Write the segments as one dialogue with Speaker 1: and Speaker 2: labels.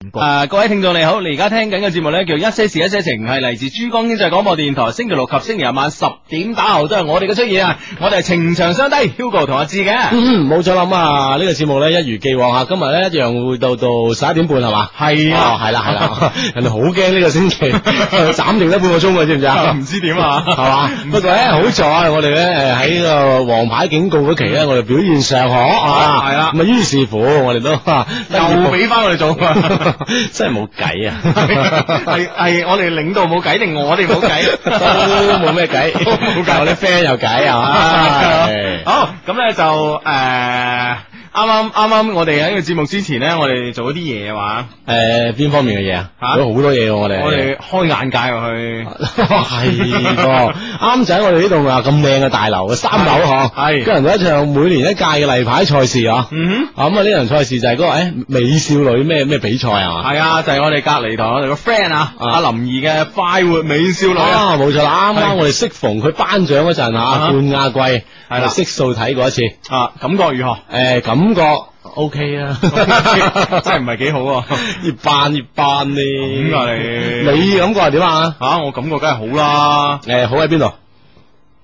Speaker 1: 全國。
Speaker 2: 啊，各位聽眾你好，你而家聽緊嘅節目呢，叫一些事一些情，係嚟自珠江經濟廣播電台，星期六及星期日晚十點打後都係我哋嘅出現啊！我哋係情長相低，Hugo 同阿志嘅，
Speaker 1: 嗯，冇錯啦，咁啊呢個節目咧一如既往啊，今日咧一樣會到到十一點半係嘛？
Speaker 2: 係啊
Speaker 1: 哦，係啦係啦， 人哋好驚呢個 星期斬定咗半個鐘啊，知唔知啊？
Speaker 2: 唔知點啊
Speaker 1: 係嘛？不過咧好在啊我哋咧誒喺個黃牌警告嗰期咧，我哋表現尚可啊，
Speaker 2: 係啦
Speaker 1: 咁啊於是乎我哋都啊
Speaker 2: 又俾翻我哋 做，
Speaker 1: 真係冇 計啊，
Speaker 2: 係係我哋領導冇計定我哋冇
Speaker 1: 都
Speaker 2: 計？
Speaker 1: 冇咩 計，
Speaker 2: 都冇哎計
Speaker 1: 我啲 friend 有計啊，係
Speaker 2: 好，咁咧就誒。啱啱啱啱，我哋喺呢個節目之前咧，我哋做咗啲嘢啊話，
Speaker 1: 誒邊方面嘅嘢啊？
Speaker 2: 嚇
Speaker 1: 有好多嘢喎，我哋
Speaker 2: 我哋開眼界喎 去。
Speaker 1: 哎係哦喎，啱仔我哋呢度啊咁靚嘅大樓，三樓嗬，
Speaker 2: 係
Speaker 1: 跟人哋一場每年一屆嘅例牌賽事啊。
Speaker 2: 嗯哼。
Speaker 1: 啊咁啊！呢場賽事就係嗰個誒美少女咩咩比賽啊嘛，
Speaker 2: 系啊，就系、我哋隔篱台我哋个 friend 啊，
Speaker 1: 啊
Speaker 2: 阿林怡嘅快活美少女啊，
Speaker 1: 啊冇錯啦！啱
Speaker 2: 係
Speaker 1: 啱我哋適逢佢頒獎嗰陣
Speaker 2: 啊
Speaker 1: 啊，冠亞季
Speaker 2: 係啦
Speaker 1: 我悉數睇過一次，
Speaker 2: 啊感觉如 何？
Speaker 1: 誒感覺 OK 啊，
Speaker 2: 真系唔系幾好啊！
Speaker 1: 越扮越扮呢，
Speaker 2: 咁啊你
Speaker 1: 你感覺係點啊？
Speaker 2: 吓、我感覺梗係好啦，
Speaker 1: 誒好喺邊度？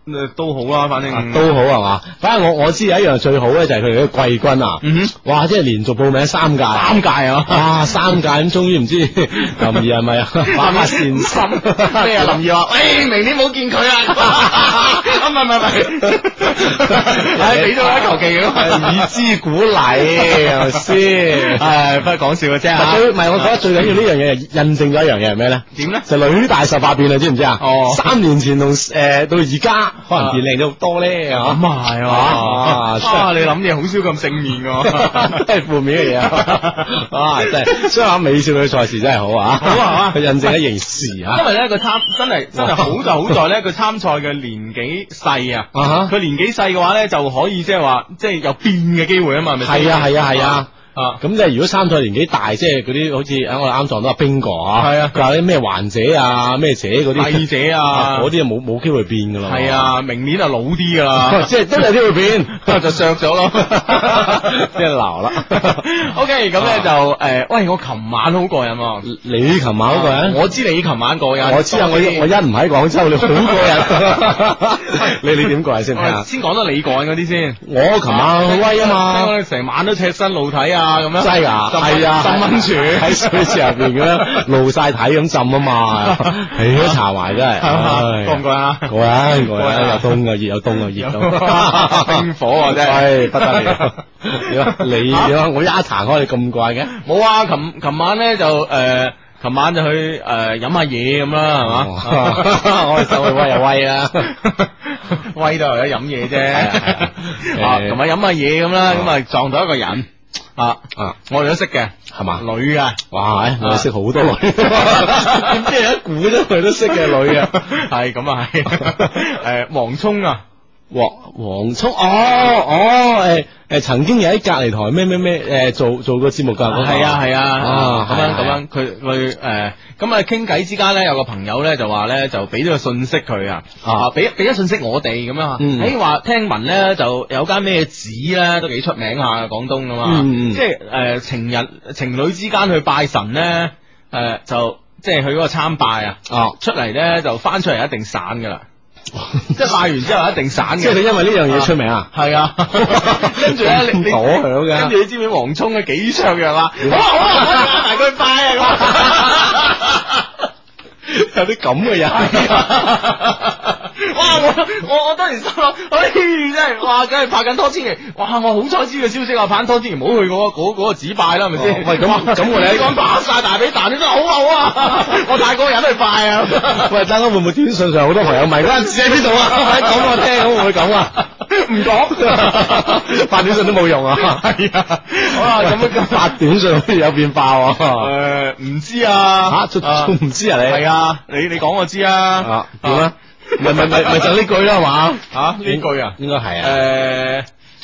Speaker 2: 誒都好啦，反正、
Speaker 1: 啊都好係嘛，反正我我知有一樣最好咧，就係佢哋嘅季軍啊，
Speaker 2: 嗯哼
Speaker 1: 哇！即係連續報名 三屆，
Speaker 2: 三屆啊，
Speaker 1: 哇！三屆咁，終於唔知 林怡係 咪把下善心
Speaker 2: 咩啊？林怡 話：，喂，明年冇見佢啊！啊，唔係唔係唔 係，唉，俾咗啦，求其咁，
Speaker 1: 以資鼓勵係 咪先？
Speaker 2: 唉，哎不過講笑嘅啫
Speaker 1: 嗱
Speaker 2: 啊
Speaker 1: 最唔係，我覺得最緊要呢樣嘢係印證咗一樣嘢係咩咧？
Speaker 2: 點咧？
Speaker 1: 就女大十八變啦，知唔知啊？
Speaker 2: 哦
Speaker 1: 三年前同誒到而家，可能變 靚咗好多咧，嚇
Speaker 2: 咁啊係
Speaker 1: 啊真係
Speaker 2: 啊，你諗嘢好少咁正面㗎。
Speaker 1: 都係負面嘅嘢啊！ 啊，真係，所以話美少女賽事真係好啊！
Speaker 2: 好啊
Speaker 1: 佢印證一件事 啊
Speaker 2: 因！為咧佢參真係真係好就好在咧佢參賽嘅年紀細啊，
Speaker 1: 啊哈
Speaker 2: 佢年紀細嘅話咧就可以即係話即係有變嘅機會啊嘛，係咪先？
Speaker 1: 係啊係啊係啊！
Speaker 2: 啊！
Speaker 1: 咁即係如果參賽年紀大，即係嗰啲好似啊，我哋啱撞到阿冰哥啊，
Speaker 2: 係啊
Speaker 1: 佢話啲咩患者啊、咩者嗰
Speaker 2: 帝
Speaker 1: 啲，
Speaker 2: 者啊，
Speaker 1: 嗰啲就冇冇機會變噶啦。
Speaker 2: 係，啊，明年啊老啲噶 啦，
Speaker 1: 即係真係有機會變，
Speaker 2: 就削咗 咯。
Speaker 1: 即係流啦。
Speaker 2: O K，咁咧就诶，喂，我琴晚好過癮喎，啊
Speaker 1: 你琴晚嗰個人，
Speaker 2: 我知你琴晚過癮，
Speaker 1: 我知啊，我我一
Speaker 2: 所以
Speaker 1: 唔喺廣州，你好 過癮。你你點過癮先？睇
Speaker 2: 我
Speaker 1: 下，
Speaker 2: 先講得你過癮嗰啲先。
Speaker 1: 我琴晚好威啊 嘛
Speaker 2: 聽。講你成晚都赤身露體啊，咁樣
Speaker 1: 真係啊，
Speaker 2: 浸
Speaker 1: 係啊，
Speaker 2: 浸温泉
Speaker 1: 喺水池入邊咁樣露晒體咁浸啊 嘛，起都搽埋真係，
Speaker 2: 係嘛過唔
Speaker 1: 唉
Speaker 2: 過癮啊？
Speaker 1: 過癮過
Speaker 2: 過癮
Speaker 1: 癮，
Speaker 2: 啊
Speaker 1: 又凍又熱，又凍又熱咁，
Speaker 2: 冰火啊真係
Speaker 1: 係不得了。點啊你點啊？我一彈開你咁怪嘅，
Speaker 2: 冇啊，琴琴晚咧就诶，琴、晚就去诶饮、飲下嘢咁啦，係嘛？
Speaker 1: 我哋手去威又威啦。
Speaker 2: 威到嚟飲嘢啫，
Speaker 1: 啊係啊
Speaker 2: 啊，琴晚飲下嘢咁啦，咁啊撞到一個人啊，
Speaker 1: 啊，
Speaker 2: 我哋都識嘅，
Speaker 1: 係嘛？
Speaker 2: 女嘅，
Speaker 1: 哇！唉我哋識好多女， 點知一估咗佢都識嘅女啊！
Speaker 2: 係咁 啊係，誒黃聰啊，
Speaker 1: 黃黃聰哦哦誒誒曾經有喺隔離台咩咩咩誒做做過節目㗎，嗰個
Speaker 2: 係啊係啊
Speaker 1: 啊，
Speaker 2: 咁樣
Speaker 1: 係
Speaker 2: 咁
Speaker 1: 啊
Speaker 2: 樣佢佢誒，咁啊傾偈之間咧，有個朋友咧就話咧就俾咗個信息佢啊，啊
Speaker 1: 啊
Speaker 2: 俾俾咗信息我哋咁樣啊，
Speaker 1: 嗯
Speaker 2: 誒話聽聞咧就有間咩寺咧都幾出名下廣東㗎嘛，
Speaker 1: 嗯嗯
Speaker 2: 即係誒情人情侶之間去拜神咧誒就即係去嗰個參拜啊。
Speaker 1: 哦，
Speaker 2: 出嚟咧就翻出嚟一定散 噶啦，即係賣完之後一定散嘅。
Speaker 1: 即係佢因為呢樣嘢出名啊！
Speaker 2: 係 啊，跟住咧你你
Speaker 1: 咁火響㗎
Speaker 2: 跟住你知唔知黃聰嘅幾卓弱啊？好啊好啊，我帶埋佢拜啊！
Speaker 1: 有啲咁 嘅人
Speaker 2: 咁哇！我我我當然心諗，哎真係哇，梗係拍緊拖之前，哇！我好彩知道消息啊，拍緊拖之前唔好去嗰個嗰嗰個指拜啦，係咪先？
Speaker 1: 哦喂咁咁我哋
Speaker 2: 你講拍晒大髀蛋，你真係好好 啊！我帶嗰個人去拜啊！
Speaker 1: 喂，大家會唔會短信上好多朋友問嗰陣時喺邊度 啊？快講俾我聽，咁會唔會咁啊？
Speaker 2: 唔 講
Speaker 1: 發短信都冇用 啊！
Speaker 2: 係啊，好啦，咁 啊樣咁
Speaker 1: 發短信好似有變化 喎。
Speaker 2: 誒唔知啊
Speaker 1: 嚇，仲仲唔知啊你？
Speaker 2: 係啊，你你講我知啊
Speaker 1: 啊，點啊？咪咪咪咪就呢句啦係嘛？
Speaker 2: 啊呢句啊，
Speaker 1: 應該係啊。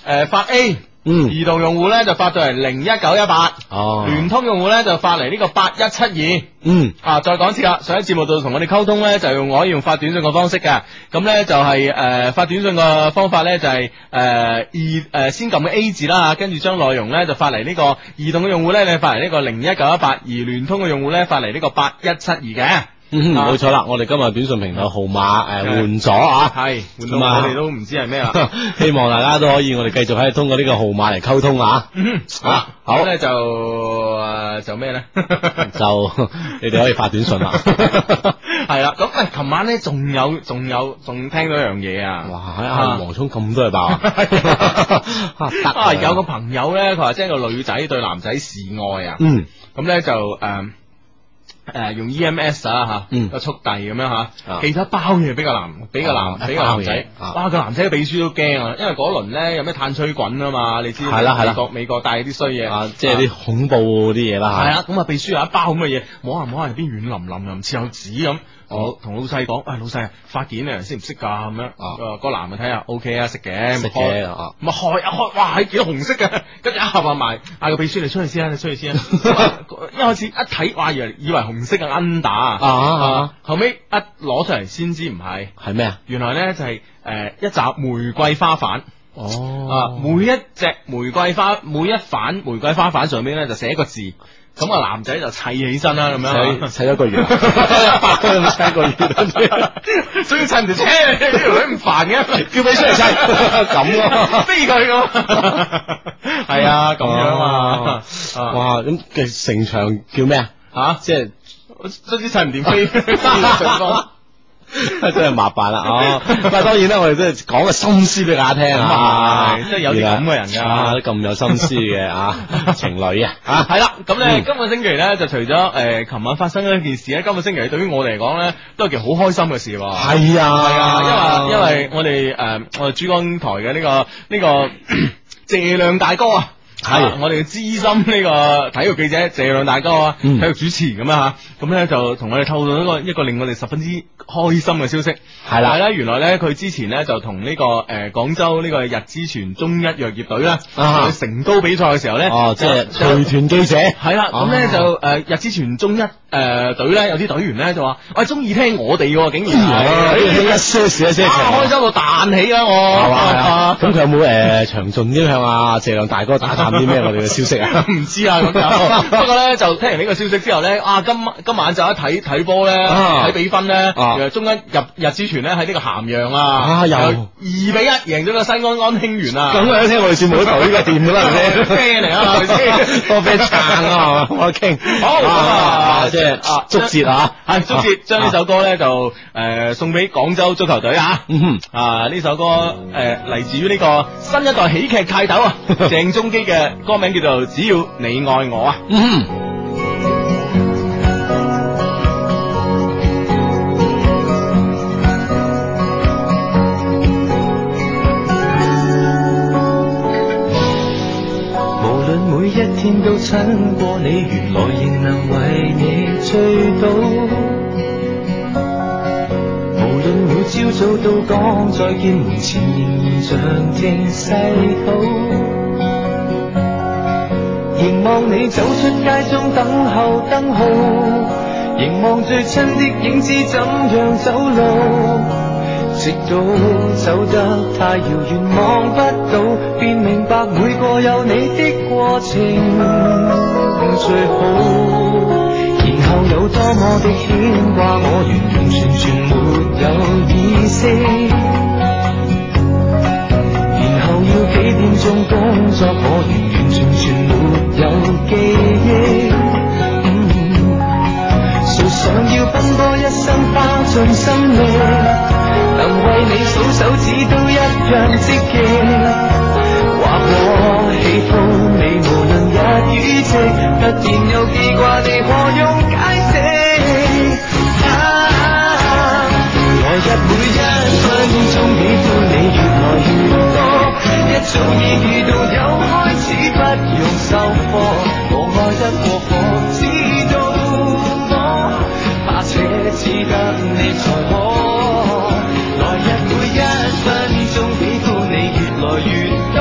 Speaker 2: 誒誒發 A
Speaker 1: 嗯，
Speaker 2: 移動用戶咧就發到嚟零一九一八，
Speaker 1: 哦，
Speaker 2: 聯通用戶咧就發嚟呢個八一七
Speaker 1: 嗯，
Speaker 2: 二。啊，再講一次啦，上一節目度同我哋溝通咧，就用可以用發短信嘅方式嘅，咁咧就係、誒、發短信嘅方法咧就係、誒、二誒、先撳個 A 字啦，跟住將內容咧就發嚟呢、個移動嘅用戶咧，你發嚟呢個零一九一八，而聯通嘅用戶咧發嚟呢個八一七二嘅。
Speaker 1: 嗯
Speaker 2: 啊
Speaker 1: 冇錯啦，我哋今日短信平台號碼
Speaker 2: 係
Speaker 1: 诶換咗 啊，
Speaker 2: 係，換到我哋都唔知係咩啦。
Speaker 1: 希望大家都可以我哋繼續喺通過呢個號碼嚟溝通啊，
Speaker 2: 嗯，
Speaker 1: 啊好
Speaker 2: 咁咧就誒就 咩咧？
Speaker 1: 就 你哋可以發短信啦。
Speaker 2: 系啦，咁喂，琴晚咧仲有仲有仲聽到一樣嘢啊！
Speaker 1: 哇！喺哎阿黃聰咁多嘢 爆啊，得
Speaker 2: 啊，有個朋友咧，佢話即係個女仔對男仔示愛啊，
Speaker 1: 嗯
Speaker 2: 咁咧就诶诶用 EMS 啊吓，
Speaker 1: 嗯
Speaker 2: 個速遞咁樣
Speaker 1: 啊
Speaker 2: 吓，記得包嘢俾個男俾個
Speaker 1: 啊
Speaker 2: 男俾個男仔
Speaker 1: 包嘢啊，
Speaker 2: 哇個男仔秘書都驚啊，因為嗰輪咧有咩炭疽菌啊嘛，你知
Speaker 1: 係啦係啦
Speaker 2: 美國美國帶啲衰嘢
Speaker 1: 啊，即係啲恐怖啲嘢啦
Speaker 2: 系
Speaker 1: 嚇。
Speaker 2: 啊，咁啊秘書有一包咁嘅嘢，摸下摸下入邊軟淋淋又唔似有紙咁。我同老細講，喂老細，發件啊識唔識㗎咁樣？
Speaker 1: 哦啊
Speaker 2: 啊個男嘅睇下，OK 啊，識嘅，
Speaker 1: 食
Speaker 2: 咪開
Speaker 1: 嘢啊，
Speaker 2: 咪開一開，哇係幾紅色嘅，跟住一合埋埋，嗌個秘書你出去先啊，你出去先啊。咁啊 一開始一睇，哇以為以為紅色嘅 under
Speaker 1: 啊啊，
Speaker 2: 後尾一攞出嚟先知唔係，
Speaker 1: 係咩啊？
Speaker 2: 原來咧就係誒一扎玫瑰花瓣。啊，
Speaker 1: 哦
Speaker 2: 每一隻玫瑰花，每一瓣玫瑰花瓣上面咧就寫一個字，咁啊男仔就砌起身啦，咁
Speaker 1: 哦砌
Speaker 2: 樣
Speaker 1: 砌咗一個 月啊，砌一個月啊，
Speaker 2: 啊， 所以趁條車呢條女唔煩嘅，
Speaker 1: 叫俾出嚟砌咁啊！
Speaker 2: 飛佢 咁，係啊，咁樣啊嘛，哇，
Speaker 1: 哦哇！咁嘅成場叫咩啊？
Speaker 2: 吓，
Speaker 1: 即係
Speaker 2: 卒之趁唔掂 飛，飛到對 方
Speaker 1: 真係麻煩啦哦！但係當然啦，我哋都係講個心思俾大家聽啊，
Speaker 2: 咁係即係有啲咁嘅人㗎
Speaker 1: 啊，咁有心思嘅啊情侶啊啊！
Speaker 2: 系啦，咁咧、
Speaker 1: 嗯
Speaker 2: 今個星期咧就除咗诶琴晚發生嘅一件事咧，今個星期對於我嚟講咧都係件好開心嘅事喎。
Speaker 1: 係啊，
Speaker 2: 係啊，因為因為我哋誒、呃我哋珠江台嘅呢、個呢、個 謝亮大哥啊。
Speaker 1: 係
Speaker 2: 啊我哋嘅資深呢個體育記者謝亮大哥啊，
Speaker 1: 嗯
Speaker 2: 體育主持咁啊嚇，咁咧就同我哋透露一個一個令我哋十分之開心嘅消息，
Speaker 1: 係啦
Speaker 2: 係咧原來咧佢之前咧就同呢、個誒、呃、廣州呢個日之泉中一藥業隊啦，
Speaker 1: 啊
Speaker 2: 去成都比賽嘅時候咧，
Speaker 1: 哦，即係
Speaker 2: 就
Speaker 1: 隨團記者，
Speaker 2: 系啦，咁咧
Speaker 1: 哦
Speaker 2: 就诶日之泉中一诶隊咧，有啲隊員咧就話：，喂，中意聽我哋喎，竟然
Speaker 1: 啊
Speaker 2: 係
Speaker 1: 一些事一些情，
Speaker 2: 啊開心到彈起啦
Speaker 1: 係嘛係啊
Speaker 2: 我，
Speaker 1: 咁佢有冇誒詳盡啲向阿謝亮大哥打探啲咩我哋嘅消息啊？
Speaker 2: 唔知啊咁 樣。不過咧就聽完呢個消息之後咧，啊今晚今晚就一睇睇波咧，
Speaker 1: 啊
Speaker 2: 睇比分咧，
Speaker 1: 啊
Speaker 2: 原來中一日日之泉咧喺呢個咸陽啊，
Speaker 1: 啊又
Speaker 2: 二比一贏咗個西安安興園啊，
Speaker 1: 咁啊，聽我哋節目都頭呢個掂㗎啦，係咪先？
Speaker 2: 咩嚟啊？係咪 先？
Speaker 1: 多俾撐啊，係嘛我傾
Speaker 2: 好咁啊
Speaker 1: 即係
Speaker 2: 啊
Speaker 1: 祝節啊，
Speaker 2: 係祝捷將呢首歌咧就誒送俾廣州足球隊啊！
Speaker 1: 嗯哼。
Speaker 2: 啊！呢首歌呃誒嚟、自於呢個新一代喜劇泰斗 啊，鄭中基嘅歌名叫做《只要你愛我》啊。
Speaker 1: 嗯，
Speaker 3: 無論每一天都親過你，原來仍能為你追到。無論每朝早都講再見，門前仍然像聽細土。凝望你走出街中等候燈號，凝望最親的影子怎樣走路。直到走得太遙遠，望不到，便明白每個有你的過程最好。然後有多麼的牽掛，我完完全全沒有意識。然後要幾點鐘工作，我完完全全沒有記憶。嗯誰想要奔波一生，花盡心力，能為你數手指都一樣積極。或我喜歡你，無論日與夕，突然又記掛你，何用解釋？啊來日每一分鐘喜歡你越來越多，一早已遇到有開始，不用收貨。我愛得過火，知道我怕且只得你才可。來日每一分鐘喜歡你越來越多，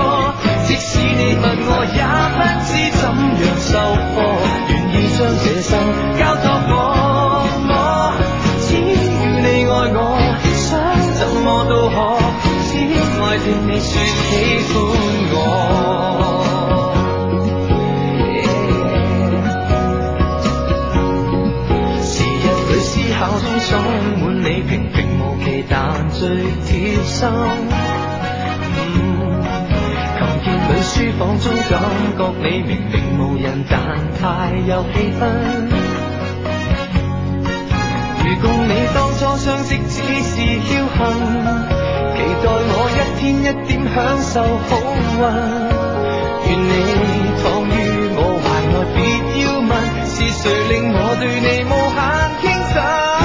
Speaker 3: 即使你餘生交託我，我只要你愛我，想怎麼都可，只愛聽你説喜歡我。是日裏思考中充滿你平平無奇但最貼心。嗯琴鍵裏書房中感覺你明明無人，但太有氣氛。如共你當初相識只是僥倖，期待我一天一點享受好運。願你躺於我懷內，別要問是誰令我對你無限傾心。啊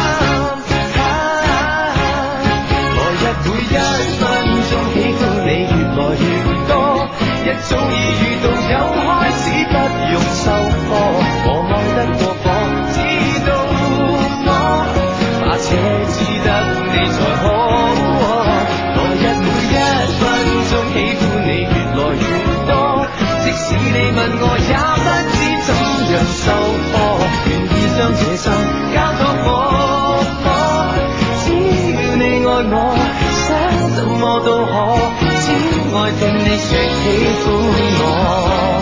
Speaker 3: 來日每一分鐘喜歡你越來越多，一早已預到有開始，不用收科，我看得過火，知道。把且只得你才可。來日每一分鐘喜歡你越來越多，即使你問我也不知怎樣收科，願意將這心交託我。只要你愛我，想怎麼都可，只愛聽你説喜歡我。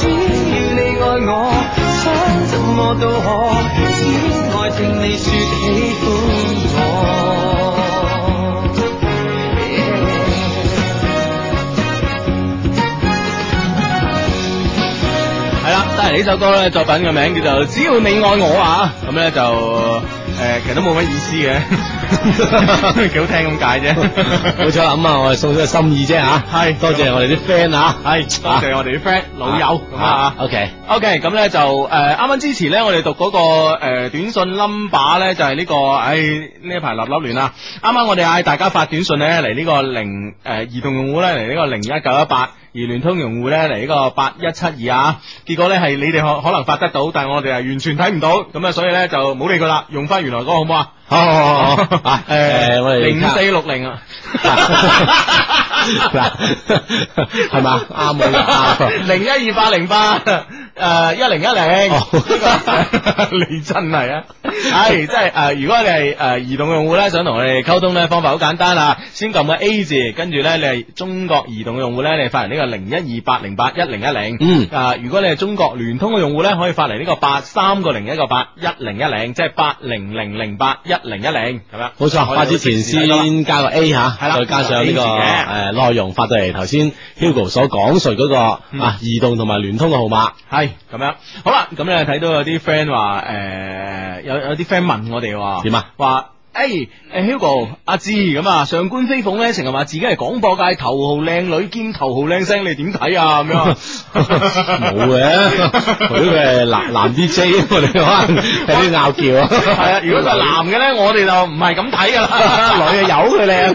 Speaker 3: 只要你愛我，想怎麼都可，只愛聽你説喜歡我。
Speaker 2: 系啦，帶嚟呢首歌咧，作品嘅名叫做《只要你愛我》啊，咁咧就诶、呃其實都冇乜意思 嘅，幾好聽咁解啫。
Speaker 1: 冇錯啦，咁啊，我哋送咗個心意啫吓，
Speaker 2: 係
Speaker 1: 多謝我哋啲 friend 啊，
Speaker 2: 係多謝我哋啲 friend 老友咁啊。
Speaker 1: ，OK，
Speaker 2: OK，咁咧就誒啱啱之前咧，我哋讀嗰、個、呃、短信 number 咧，就係、呢、個，唉呢一排立立亂啦。啱啱我哋嗌大家發短信咧嚟呢個零誒、呃移動用戶咧嚟呢個零一九一八，而聯通用戶咧嚟呢個八一七二啊。結果咧係你哋可可能發得到，但係我哋係完全睇唔到，咁啊所以咧就冇理佢啦，用翻原來嗰個好唔好啊？
Speaker 1: 好好好好好啊，誒，我哋
Speaker 2: 零四六零啊。
Speaker 1: 嗱，係嘛，啱
Speaker 2: 啊
Speaker 1: 冇啱。
Speaker 2: 零一二八零八，诶一零一零
Speaker 1: 哦，
Speaker 2: 你真係啊，係即係诶，呃如果你係诶移動用戶咧，想同我哋溝通咧，方法好簡單啊，先撳個 A 字，跟住咧你係中國移動嘅用戶咧，你發嚟呢個零一二八零八一零一零，
Speaker 1: 嗯
Speaker 2: 啊，如果你係中國聯通嘅用戶咧，可以發嚟呢個八三個零一個八一零一零，即係八零零零八一零一零咁樣，
Speaker 1: 冇錯，發之前先加個 A 吓，
Speaker 2: 係啦
Speaker 1: 再加上呢個
Speaker 2: A 字嘅
Speaker 1: 誒內容發到嚟頭先 Hugo 所講述嗰個
Speaker 2: 嗯
Speaker 1: 啊移動同埋聯通嘅號碼，
Speaker 2: 系咁樣，好啦，咁咧睇到有啲 friend 話诶，有有啲 friend 問我哋話
Speaker 1: 點啊？
Speaker 2: 話诶诶 Hugo 阿志咁啊，上官飛鳳咧成日話自己係廣播界頭號靚女兼頭號靚聲，你點睇啊？咁樣
Speaker 1: 冇嘅，佢都係男男 DJ，我哋可能有啲拗撬啊。
Speaker 2: 係啊，如果佢係男嘅咧，我哋就唔係咁睇噶啦，
Speaker 1: 女啊有佢靚，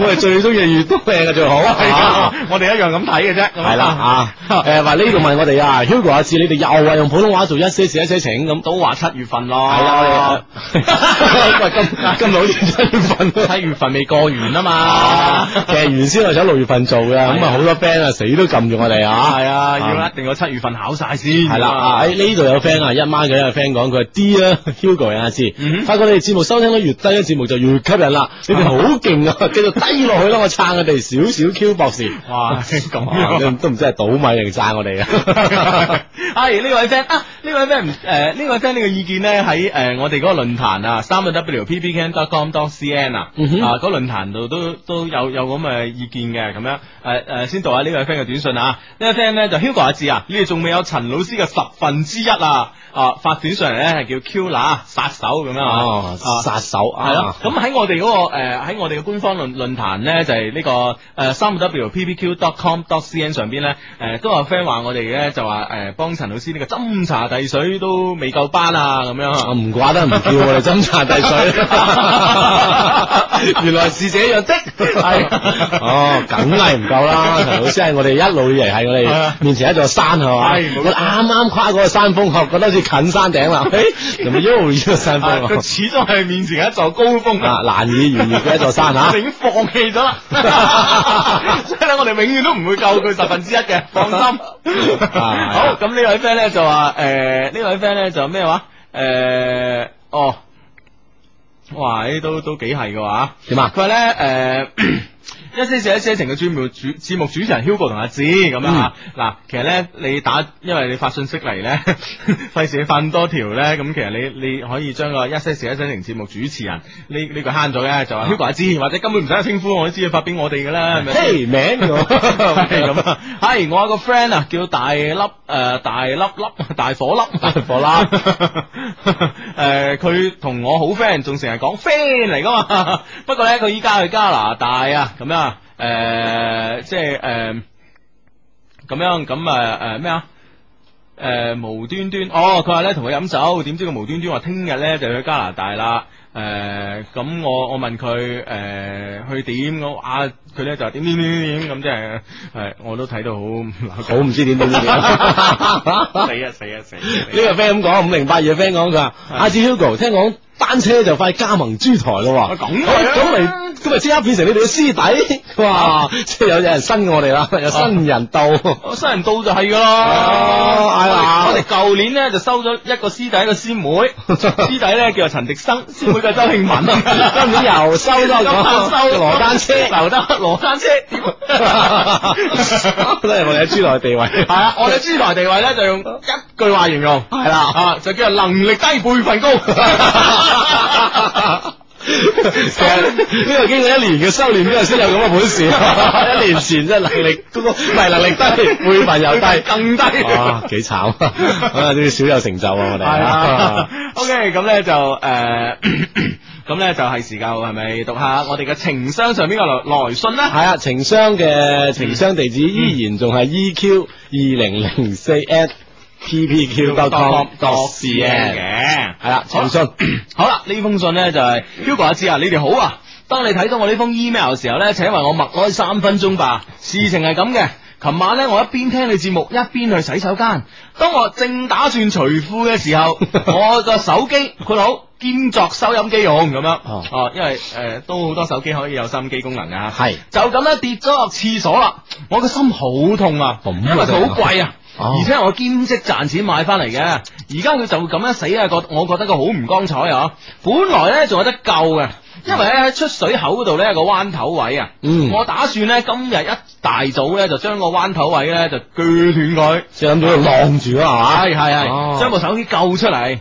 Speaker 1: 我哋最中意越多靚嘅最好
Speaker 2: 係啊
Speaker 1: 啊。，
Speaker 2: 我哋一樣咁睇嘅啫，咁啊
Speaker 1: 系啦 啊，诶，話呢度問我哋啊，Hugo 阿志，你哋又係用普通話做一些事一些情咁，
Speaker 2: 都話七月份咯，
Speaker 1: 係
Speaker 2: 啊
Speaker 1: 啦，我哋喂，今今日好似七月份喎
Speaker 2: 七月份未過完啊 嘛
Speaker 1: 啊，其實原先我想六月份做嘅，咁啊好多 friend 啊死都撳住我哋啊，
Speaker 2: 系啊，要一定要七月份考晒先。
Speaker 1: 係啦啊！喺呢度有 friend 啊，一孖嘅有 friend 講佢話 D 啊，Hugo 啊志
Speaker 2: 嗯哼，
Speaker 1: 發覺你哋節目收聽率越低，節目就越吸引啦，你哋好 勁啊，繼續低落去啦，我撐佢哋少少 Q 博士，
Speaker 2: 哇，咁啊
Speaker 1: 哇
Speaker 2: 樣。
Speaker 1: 都唔知係倒米定撐我 哋啊！
Speaker 2: 係呢位 friend 啊，呢位 friend 誒呢位 friend 呢個意見咧喺誒我哋嗰個論壇啊，三個 W P B Can dot com dot C N 啊，
Speaker 1: 嗯哼
Speaker 2: 啊嗰論壇度都都有有咁嘅意見嘅咁樣誒誒，先讀下呢位 friend 嘅短信啊，呢位 friend 咧就 Hugo 阿志啊，你哋仲未有陳老師嘅十分之一啊，啊發短上嚟咧係叫 Q 啦殺手咁樣啊。
Speaker 1: 哦，殺手
Speaker 2: 系咯
Speaker 1: 啊，，
Speaker 2: 咁喺我哋嗰、個个 诶喺、我哋嘅官方論论坛咧，就係呢、個个诶三 w p p q dot com dot c n 上邊咧，诶、都有 friend 話我哋咧就話诶幫陳老師呢個斟茶遞水都未夠班啊咁樣
Speaker 1: 我唔怪得唔叫我哋斟茶遞水，原來是這樣的，
Speaker 2: 係
Speaker 1: 哦，梗係唔夠啦，陳老師係我哋一路以嚟係我
Speaker 2: 係
Speaker 1: 哋
Speaker 2: 啊
Speaker 1: 面前一座山係嘛，
Speaker 2: 係冇錯
Speaker 1: 我啱啱跨過山峰，我覺得好似近山頂 啦，誒，咁又一個山
Speaker 2: 啊
Speaker 1: 峰
Speaker 2: 佢始終係面前嘅一座高峰
Speaker 1: 啊，難以逾越嘅一座 山
Speaker 2: 我
Speaker 1: 嚇
Speaker 2: 哋。已經放棄咗啦，所以咧我哋永遠都唔會夠佢十分之一嘅，放心。
Speaker 1: 啊
Speaker 2: 好，咁呢位 friend 咧就話，诶、呢位 friend 咧就咩話？诶、哦，哇，呢都都幾係嘅話。
Speaker 1: 點啊
Speaker 2: 佢話咧，诶、一些事一些情嘅專門主節目主持人 Hugo 同阿志咁樣吓，嗱、其實咧你打，因為你發信息嚟咧， 費事你發咁多條咧，咁其實你你可以將個一些事一些情節目主持人呢呢個慳咗嘅，就話 Hugo 阿志，或者根本唔使稱呼我都知佢發俾我哋㗎啦，係咪先？
Speaker 1: 嘿名 我
Speaker 2: 係咁啊，係我有個 friend 啊，叫大粒誒、呃大粒粒大火粒 大
Speaker 1: 火
Speaker 2: 粒誒，佢同我好 friend，仲成日講 friend 嚟噶嘛。不過咧，佢依家去加拿大啊，咁樣啊誒、即係誒呃咁樣咁啊誒咩啊？誒、無端端，哦，佢話咧同佢飲酒，點知佢無端端話聽日咧就去加拿大啦。誒、咁我我問佢誒、呃去點咁啊？佢咧就話點點點點咁，即係誒我都睇到好
Speaker 1: 好唔知點 點點點。呢
Speaker 2: 死啊死啊死啊！死啊
Speaker 1: 個 friend 咁講，五零八二嘅 friend 講佢話：阿志 Hugo，聽講單車就快加盟珠台咯喎。
Speaker 2: 啊咁
Speaker 1: 咁咁咪咁咪即刻變成你哋嘅師弟，
Speaker 2: 啊
Speaker 1: 哇！即係有有人新過我哋啦，有新人 到。
Speaker 2: 我哦新人到就係噶啦，
Speaker 1: 哦哎呀
Speaker 2: 我哋舊年咧就收咗一個師弟一個師 妹，師弟咧叫做陳迪生，師妹叫周慶 文，
Speaker 1: 今年又收咗
Speaker 2: 收
Speaker 1: 個羅單車，
Speaker 2: 留 得羅單車，
Speaker 1: 都係我哋喺珠台地位。
Speaker 2: 系啊，我哋珠台地位咧就 用一句話形容，系啦，啊就叫做能力低輩份高。
Speaker 1: 其實 呢個經過一年嘅修煉之後，先有咁嘅本事。一年前真係能力高，唔係能力低，輩份又低，
Speaker 2: 更 低
Speaker 1: 哇，幾慘！啊，都要少有成就啊，我哋。
Speaker 2: 系啊 ，OK，咁咧就诶， 咁咧就係時候係咪讀下我哋嘅情商上邊嘅來來信咧？
Speaker 1: 系啊，情商嘅情商地址依然仲系 EQ 二零零四 at PPQ dot com dot
Speaker 2: 試
Speaker 1: cn
Speaker 2: 嘅，
Speaker 1: 系啦，情商
Speaker 2: 好啦，呢封信呢就係 Hugo 阿志啊，你哋好啊！當你睇到我呢封 email 嘅時候呢，請為我默哀三分鐘吧。事情係咁嘅，琴晚呢，我一邊聽你節目，一邊去洗手間。當我正打算除褲嘅時候，我個手機括好兼作收音機用咁樣。
Speaker 1: 哦
Speaker 2: 哦，因為诶、呃都好多手機可以有收音機功能噶。
Speaker 1: 系
Speaker 2: 就咁樣跌咗落廁所啦，我個心好痛啊，
Speaker 1: 咁啊
Speaker 2: 因為佢好貴啊。
Speaker 1: 哦
Speaker 2: 而且我兼職賺錢買翻嚟嘅，而家佢就咁樣死啊！覺我覺得佢好唔光彩啊！本來呢仲有得救嘅，因為咧喺出水口嗰度呢有個彎頭位啊，
Speaker 1: 嗯
Speaker 2: 我打算呢今日一大早呢就將個彎頭位呢就鋸斷佢。
Speaker 1: 即系谂到佢晾住啊，
Speaker 2: 系系
Speaker 1: 哦
Speaker 2: 系，将部手機救出嚟。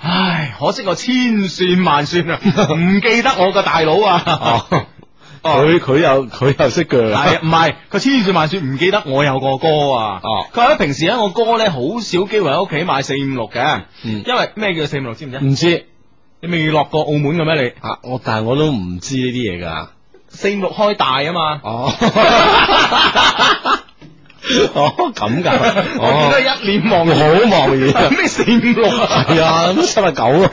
Speaker 2: 唉，可惜我千算萬算 啊，唔記得我個大佬啊。
Speaker 1: 係嘛？哦，啊佢佢又佢又識锯
Speaker 2: 系唔 係？佢千算萬算唔記得我有個哥啊。
Speaker 1: 哦
Speaker 2: 佢話咧平時咧我哥咧好少機會喺屋企買四五六嘅，
Speaker 1: 嗯
Speaker 2: 因為咩叫四五六知唔知啊？
Speaker 1: 唔知
Speaker 2: 你未落過澳門嘅咩？你
Speaker 1: 啊，我但系我都唔知呢啲嘢噶。
Speaker 2: 四五六開大啊嘛。
Speaker 1: 哦， 哦咁噶，
Speaker 2: 我見到
Speaker 1: 哦，
Speaker 2: 佢一臉望
Speaker 1: 好茫然啊。
Speaker 2: 咩四五六啊？
Speaker 1: 系啊，咁七百九 咯，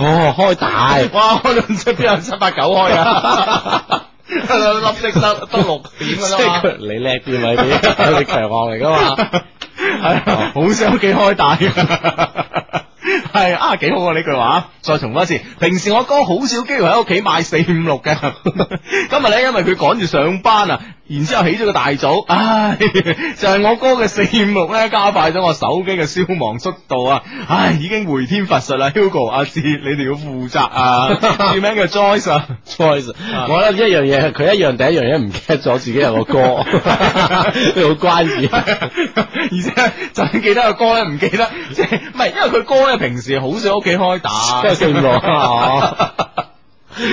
Speaker 1: 哦，開大，
Speaker 2: 哇！我哋唔知邊有七八九開 啊？ 粒色得得六點
Speaker 1: 即
Speaker 2: 㗎
Speaker 1: 係
Speaker 2: 啦嘛
Speaker 1: 佢。你叻啲咪啲，你強項嚟噶嘛。
Speaker 2: 系哎好少幾開大系啊，幾好啊呢句話！再重复一次，平時我哥好少機會喺屋企買四五六嘅， 今日咧因為佢趕住上班啊，然之后起咗個大早，唉，就係我哥嘅四五六咧加快咗我手機嘅消亡速度啊！唉，已經回天乏術啦，Hugo 阿志，你哋要負責啊！叫名叫 Joyce 啊
Speaker 1: choice，我覺得一樣嘢，佢一樣第一樣嘢唔記得咗自己有個 歌，呢 個好關鍵。
Speaker 2: 而且就算記得個歌咧，唔記得即係唔係？因為佢歌咧平時好少喺屋企開打，
Speaker 1: 都係 四五六啊哦，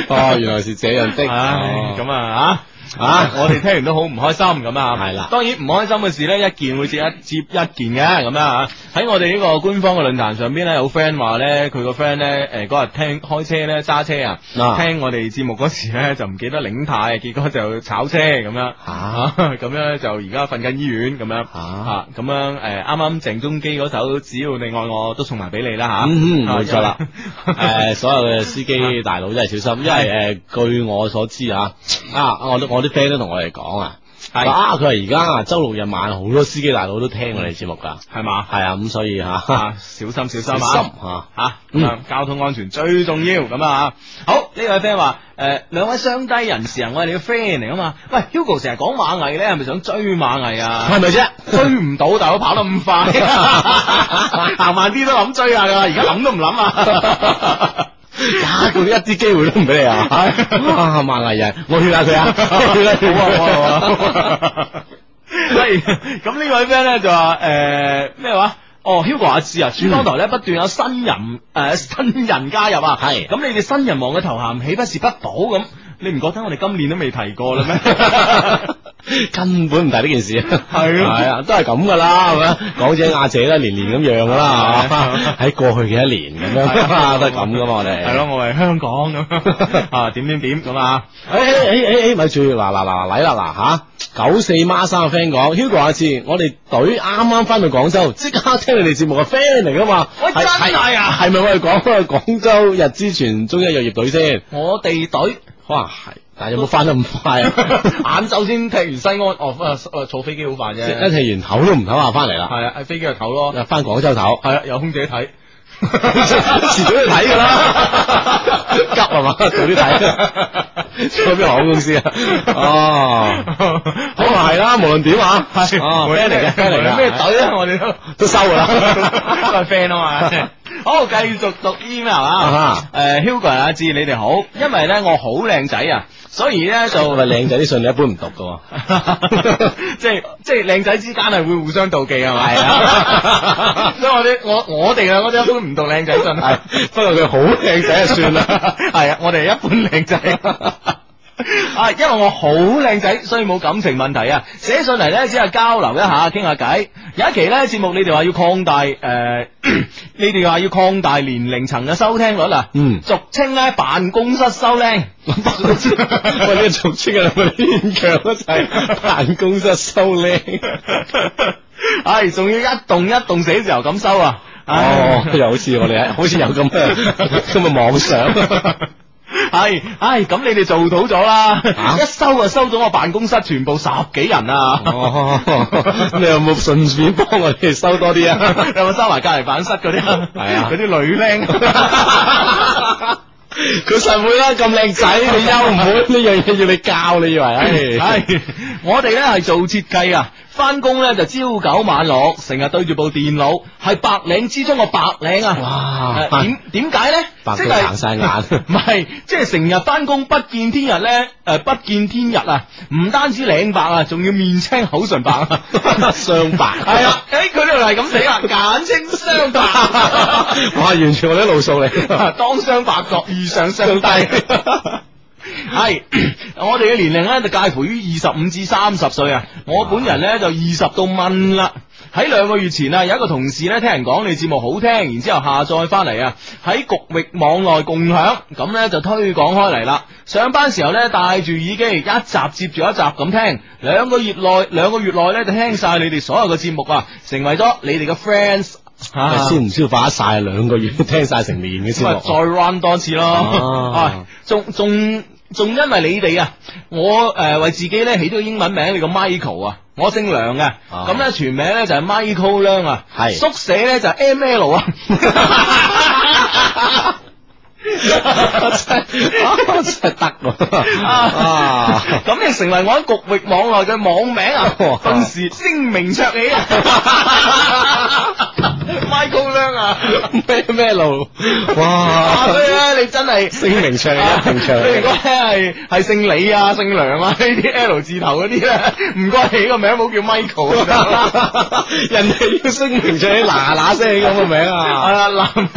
Speaker 1: 哦，原來是這樣的。
Speaker 2: 唉
Speaker 1: 哦
Speaker 2: 咁啊啊！我哋聽完都好唔開心咁啊，
Speaker 1: 係啦
Speaker 2: 當然唔開心嘅事咧，一件會接一接一件嘅咁啊。喺我哋呢個官方嘅論壇上邊咧，有 friend 話咧，佢個 friend 咧，呃誒嗰日聽開車咧揸車啊，
Speaker 1: 啊
Speaker 2: 聽我哋節目嗰時咧就唔記得領牌，結果就炒車咁樣。
Speaker 1: 吓
Speaker 2: 啊， 咁樣咧就而家瞓緊醫院咁樣，
Speaker 1: 啊
Speaker 2: 啊，咁樣誒，啱啱鄭中基嗰首《只要你愛我》都送埋俾你啦吓，
Speaker 1: 嗯
Speaker 2: 啊
Speaker 1: 冇錯啦。
Speaker 2: 因為
Speaker 1: 诶，所有嘅司機大佬真係小心，因為诶，据我所知啊，啊，我都我啲 friend 都同我哋講啊，
Speaker 2: 係
Speaker 1: 話啊，佢話而家啊，周六日晚好多司機大佬都聽我哋節目㗎，
Speaker 2: 係嘛，
Speaker 1: 係啊，咁所以吓，
Speaker 2: 啊，小心小心
Speaker 1: 小
Speaker 2: 啊
Speaker 1: 心！嗯吓，
Speaker 2: 吓，咁啊交通安全最重要咁啊！好呢位 friend 話，誒兩位雙低人士啊，我係你嘅 friend 嚟啊嘛。喂，Hugo 成日講馬藝咧，係咪想追馬藝啊？
Speaker 1: 係咪啫？
Speaker 2: 追唔到，大佬跑得咁 快，行慢啲都諗追下噶啦，而家諗都唔諗 啊！
Speaker 1: 啊！佢一啲機會都唔俾你啊！啊，萬藝人，我勸下 佢啊，勸下佢
Speaker 2: 啊！係咁呢位 friend 咧就話誒咩話？哦，Hugo 阿志
Speaker 1: 嗯
Speaker 2: 啊，珠江台咧不斷有新人誒、呃新人加入啊，
Speaker 1: 係
Speaker 2: 咁你哋新人王嘅頭銜豈不是不保咁？你唔覺得我哋今年都未提過啦咩？
Speaker 1: 根本唔提呢件事，
Speaker 2: 係啊
Speaker 1: 係啊，都係咁噶啦，係咪？港姐亞姐啦，年年咁樣噶啦，係
Speaker 2: 係啊
Speaker 1: 嘛喺過去嘅一年咁樣，都 係咁噶嘛，我哋
Speaker 2: 係咯，。我係香港 咁啊，點點點咁啊，
Speaker 1: 诶诶诶诶诶，咪住嗱嗱嗱嚟啦嗱吓，九四孖三嘅 friend 講，Hugo 阿志，我哋隊啱啱翻到廣州，即刻聽你哋節目嘅 friend 嚟噶嘛？
Speaker 2: 喂真係啊
Speaker 1: 係咪我哋講翻去廣州日之泉中一藥業隊先？
Speaker 2: 我哋隊。
Speaker 1: 可能係，但係有冇翻得咁快啊？
Speaker 2: 晏晝先踢完西安，哦，誒坐飛機好快啫，
Speaker 1: 一踢完唞都唔唞下翻嚟啦，
Speaker 2: 係啊，喺飛機度唞咯，
Speaker 1: 又翻廣州唞，
Speaker 2: 係啊，有空姐睇。
Speaker 1: 遲早要睇噶啦，急係嘛？早啲睇，去邊航空公司啊？哦，可能係啦，無論點啊，
Speaker 2: 系
Speaker 1: 哦，friend 嚟嘅，friend 嚟嘅，
Speaker 2: 咩隊啊？我哋都
Speaker 1: 都收噶啦。
Speaker 2: 都系 friend 啊嘛。好，繼續讀 email 啊
Speaker 1: 啊。
Speaker 2: 诶，Hugo 阿志，你哋好，因為咧我好靚仔啊，所以咧就
Speaker 1: 就咪靚仔啲信你一般唔讀噶喎，
Speaker 2: 即係即系靓仔之間係會互相妒忌係咪？
Speaker 1: 係啊，
Speaker 2: 所以我哋我我哋啊，我哋一般唔讀靚仔信，啊
Speaker 1: 係不過佢好靚仔就算啦。
Speaker 2: 係啊，我哋一般靚仔。啊，因為我好靚仔，所以冇感情問題啊。寫信嚟呢，只係交流一下，傾下偈。有一期呢節目，你哋話要擴大誒、呃 你哋話要擴大年齡層嘅收聽率啊，
Speaker 1: 嗯
Speaker 2: 俗稱呢辦公室收聽。
Speaker 1: 喂，呢個俗稱嘅兩牽強一齊辦公室收靚，
Speaker 2: 唉，仲要一棟一棟死時候咁收啊！唉
Speaker 1: 哦，又好似我哋 係好似有咁 嘅咁嘅妄想。
Speaker 2: 系， 唉，咁你哋做到咗啦，
Speaker 1: 啊
Speaker 2: 一收就收咗我辦公室全部十幾人啊！
Speaker 1: 哦，你有冇順便幫我哋收多啲 啊？
Speaker 2: 有冇收埋隔離辦室嗰啲啊？
Speaker 1: 係啊
Speaker 2: 嗰啲女僆。
Speaker 1: 佢實會啦，咁靚仔，你休唔會呢樣嘢要你教，你以為？ 唉，
Speaker 2: 唉，我哋咧係做設計啊，翻工咧就朝九晚六，成日對住部電腦，係白領之中個白領啊！
Speaker 1: 哇，
Speaker 2: 誒點點解咧？
Speaker 1: 白
Speaker 2: 即
Speaker 1: 到
Speaker 2: 係
Speaker 1: 行晒眼。
Speaker 2: 唔係，即係成日翻工不見天日咧，誒、不見天日啊！唔單止領白啊，仲要面青口唇白啊，
Speaker 1: 雙白
Speaker 2: 係啊，誒佢呢度係咁死啦，簡稱雙白，
Speaker 1: 哇，完全我哋啲路數 嚟。
Speaker 2: 當雙白角遇上雙低。係，我哋嘅年齡咧就介乎於二十五至三十歲啊！我本人咧就二十到蚊啦。喺兩個月前啊，有一個同事咧聽人講你節目好聽，然之後下載翻嚟啊，喺局域網內共享，咁咧就推廣開嚟啦。上班時候咧戴住耳機，一集接住一集咁聽，兩個月內兩個月內咧就聽晒你哋所有嘅節目啊，成為咗你哋嘅 friends 啊
Speaker 1: 消唔消化晒兩個月聽晒成年嘅
Speaker 2: 咁
Speaker 1: 先
Speaker 2: 啊，再
Speaker 1: 目，
Speaker 2: run 多次咯
Speaker 1: 哦。
Speaker 2: 唉仲仲仲因為你哋啊，我誒、呃、為自己咧起咗個英文名，你個 Michael 啊，我姓梁嘅，
Speaker 1: 哦
Speaker 2: 咁咧全名咧就係 Michael 梁啊，
Speaker 1: 係
Speaker 2: 縮寫咧就係 ML 啊。
Speaker 1: 真係得喎！
Speaker 2: 啊
Speaker 1: 啊！
Speaker 2: 咁你成為我喺局域網 內嘅網名啊，
Speaker 1: 哇
Speaker 2: 頓時聲名卓起啊！ Michael 亮啊！
Speaker 1: 咩咩路？哇！
Speaker 2: 所以咧，啊你真係啊
Speaker 1: 聲名唱啊一定唱，
Speaker 2: 你如果咧係係姓李啊、姓梁啊呢啲 L 字頭嗰啲咧，唔該起個名冇叫 Michael 啊。
Speaker 1: 人哋要聲名唱嗱嗱聲咁嘅名啊！
Speaker 2: 係 啊，男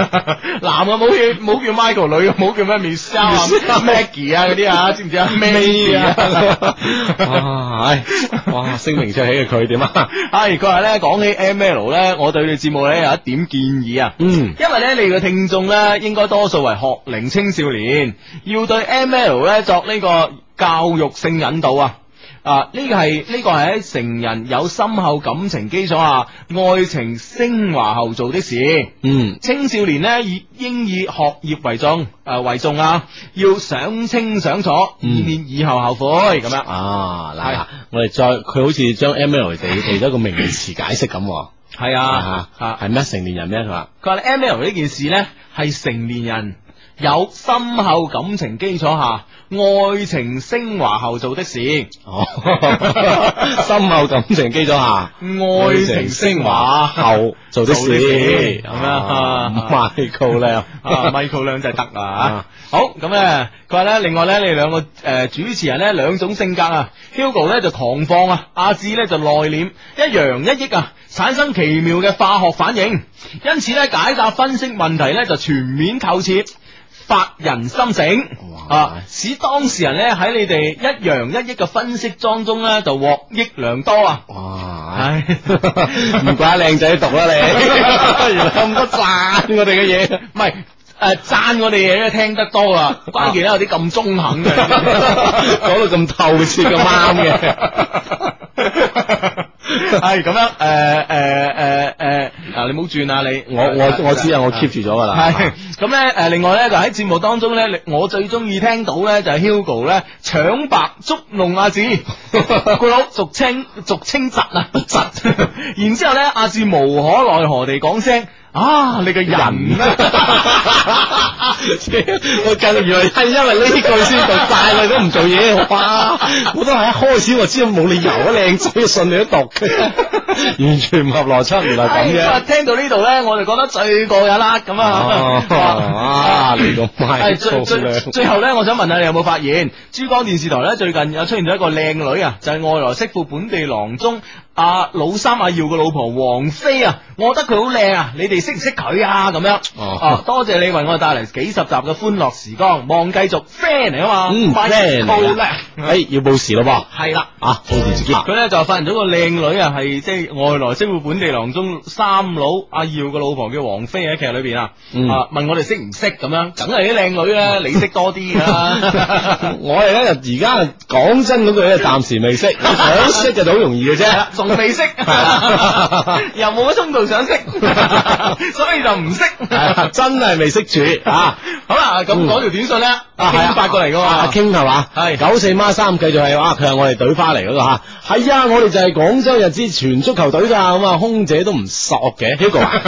Speaker 2: 男嘅冇叫冇叫 Michael，女嘅冇叫咩 Michelle 啊、Maggie 啊嗰啲啊，知唔知啊？May 啊，
Speaker 1: 哇！啊唉 哇！聲名唱起嘅佢點啊？
Speaker 2: 係佢話咧講起 M L 咧，我對你節目咧有一點建議啊。
Speaker 1: 嗯，
Speaker 2: 因為咧，你嘅聽眾咧，應該多數為學齡青少年，要對 M L 咧作呢個教育性引導啊。啊！呢個係呢個係喺成人有深厚感情基礎下，愛情升華後做的事。
Speaker 1: 嗯，
Speaker 2: 青少年呢，以應以學業為重，誒、呃、為重啊，要想清想楚，
Speaker 1: 嗯
Speaker 2: 以免以後後悔咁樣。
Speaker 1: 啊
Speaker 2: 係
Speaker 1: 嗱，我哋再佢好似將 M L 地地咗一個名詞解釋咁喎，
Speaker 2: 係
Speaker 1: 啊
Speaker 2: 啊，啊
Speaker 1: 係咩成年人咩？佢話
Speaker 2: 佢話咧 M L 呢件事呢，係成年人有深厚感情基礎下，愛情升華後做的事。
Speaker 1: 哦， 深厚感情基礎下，
Speaker 2: 愛情升華
Speaker 1: 後做的事
Speaker 2: 做的事
Speaker 1: 咁啊，Michael 咧。
Speaker 2: 啊，Michael 兩隻得啊！好咁咧，佢話咧，另外咧，你兩個誒、呃主持人咧兩種性格啊，Hugo 咧就狂放啊，阿志咧就內斂，一陽一抑啊，產生奇妙嘅化學反應，因此咧解答分析問題咧就全面透徹。發人心醒
Speaker 1: 哇
Speaker 2: 啊！使當事人咧喺你哋一陽一抑嘅分析當中咧，就獲益良多啊！
Speaker 1: 哇！
Speaker 2: 唉，
Speaker 1: 唔怪靚仔讀 啦你，原來咁多讚我哋嘅嘢，
Speaker 2: 唔係誒讚我哋嘢咧聽得多啦，關鍵咧有啲咁中肯嘅。
Speaker 1: 啊 講到咁透徹咁啱嘅，
Speaker 2: 係咁樣，誒呃誒誒誒，嗱你唔好轉呃啊你，
Speaker 1: 我我我知啊，我 keep 住咗噶啦。
Speaker 2: 係咁咧，誒另外咧就喺節目當中咧，你我最中意聽到咧就係 Hugo 咧搶白捉弄阿 志，佢佬俗稱俗稱窒啊窒，然之後咧阿志無可奈何地講聲啊你個 人啊！
Speaker 1: 啊 我繼續原來係因為呢句先讀晒，你都唔做嘢， 哇！我都係一開始我知道冇理由啊，靚仔信你 都讀嘅，完全唔合邏輯，原來咁
Speaker 2: 哎
Speaker 1: 嘅。
Speaker 2: 聽到呢度咧，我就覺得最過癮啦，咁
Speaker 1: 哦
Speaker 2: 啊
Speaker 1: 啊，，你咁快
Speaker 2: 係最
Speaker 1: 粗
Speaker 2: 最
Speaker 1: 量，
Speaker 2: 最後咧，我想問下你有冇發現珠江電視台咧最近有出現咗一個靚女啊，就係、外來媳婦本地郎中阿、老三阿耀嘅老婆王菲啊，我覺得佢好靚啊，你哋識唔識佢啊？咁樣
Speaker 1: 哦
Speaker 2: 啊，多謝你為我哋帶嚟幾十集嘅歡樂時光，望繼續 friend 嚟啊嘛，
Speaker 1: 嗯
Speaker 2: 快
Speaker 1: friend 嚟
Speaker 2: 啲
Speaker 1: 啊
Speaker 2: call 咧，
Speaker 1: 哎，要報時咯噃，
Speaker 2: 係啦。
Speaker 1: 啊，報電 視機，
Speaker 2: 佢咧就發現咗個靚女啊，係即係外來媳婦本地郎中三佬阿耀嘅老婆叫王菲喺劇裏邊啊，
Speaker 1: 嗯
Speaker 2: 啊問我哋識唔識咁樣，梗係啲靚女 啦，你識多啲㗎啦。
Speaker 1: 我哋咧而家講真嗰句咧，暫時未識，想識就好容 易嘅啫。
Speaker 2: 仲未 識，又冇乜衝動想識， 所以就唔識。
Speaker 1: 係啊真係未識住啊！
Speaker 2: 好啦，咁嗰條短信咧，阿
Speaker 1: 係啊
Speaker 2: 興發過嚟噶
Speaker 1: 阿
Speaker 2: 嘛，
Speaker 1: 傾係嘛？
Speaker 2: 係
Speaker 1: 九四孖三，繼續係啊！佢係我哋隊花嚟嗰個吓，係啊！我哋就係廣州日之全足球隊㗎，咁啊，空姐都唔索嘅，Hugo 啊，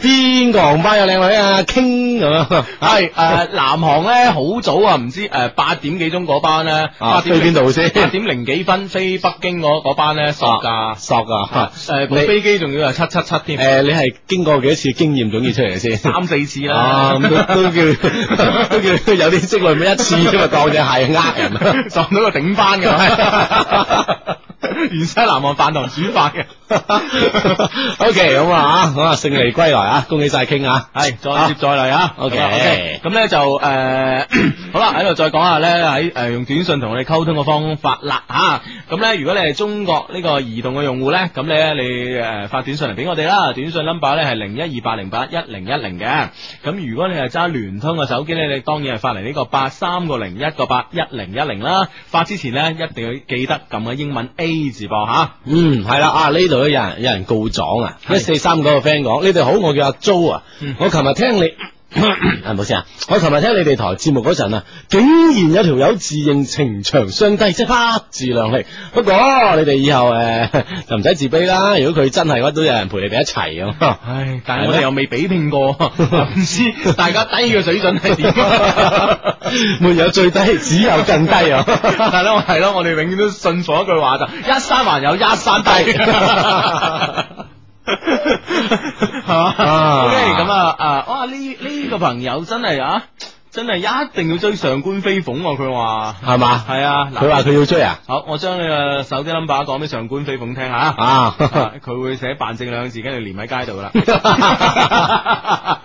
Speaker 1: 邊個航班有靚女啊？傾咁樣
Speaker 2: 係
Speaker 1: 啊
Speaker 2: 誒南航咧好早啊，唔知誒八點幾鐘嗰班咧，八
Speaker 1: 啊，
Speaker 2: 點
Speaker 1: 飛
Speaker 2: 零
Speaker 1: 邊度先？
Speaker 2: 八點零幾分飛北京嗰嗰班咧索㗎。
Speaker 1: 索 啊！
Speaker 2: 诶，部飛機仲要係七七七添，
Speaker 1: 誒，你係經過幾多次經驗總結出嚟嘅先？
Speaker 2: 三四次
Speaker 1: 啊，
Speaker 2: 啦
Speaker 1: 咁，都都叫 都叫有啲積累咩一次 啫嘛，當只係呃人 啊。
Speaker 2: 撞到個頂班 嘅，原西南岸飯堂煮飯嘅。
Speaker 1: O K，咁啊，咁啊，勝利歸來啊，恭喜晒傾啊！
Speaker 2: 系，再接再厲啊
Speaker 1: OK
Speaker 2: OK，咁咧就诶， 好啦，喺度再講下咧，喺诶用短信同我哋溝通嘅方法啦吓。咁咧，如果你係中國呢個移動嘅用戶咧，咁咧你诶發短信嚟俾我哋啦，短信 number 咧係零一二八零八一零一零嘅。咁如果你係揸聯通嘅手機咧，你當然係發嚟呢個八三個零一個八一零一零啦。發之前咧，一定要記得撳個英文 A 字噃吓。
Speaker 1: 嗯，係啦，啊呢度都有人有人告狀啊，一四三嗰個 friend 講，你哋好，我叫阿 Jo 啊
Speaker 2: 嗯，
Speaker 1: 我琴日聽 你。係咪先啊？我琴日聽你哋台節目嗰陣啊，竟然有條友自認情長相低，即係不自量力。不過你哋以後誒、呃 就唔使自卑啦。如果佢真係嘅話，都有人陪你哋一齊咁。
Speaker 2: 唉，但係我哋又未比拼過，唔知大家低嘅水準係點。
Speaker 1: 沒有最低，只有更低 啊！
Speaker 2: 係咯係咯，我哋 永遠都信奉一句話就一山還有一山低。系嘛
Speaker 1: 啊
Speaker 2: ？OK，咁啊啊，哇！呢呢個朋友真係啊，真係一定要追上官飛鳳喎，佢話
Speaker 1: 係嘛
Speaker 2: 係啊，嗱
Speaker 1: 佢話佢要追啊，
Speaker 2: 好，我將你個手機 number 講俾上官飛鳳聽下。
Speaker 1: 啊，
Speaker 2: 啊 佢會寫辦證兩個字，跟住連喺街度啦。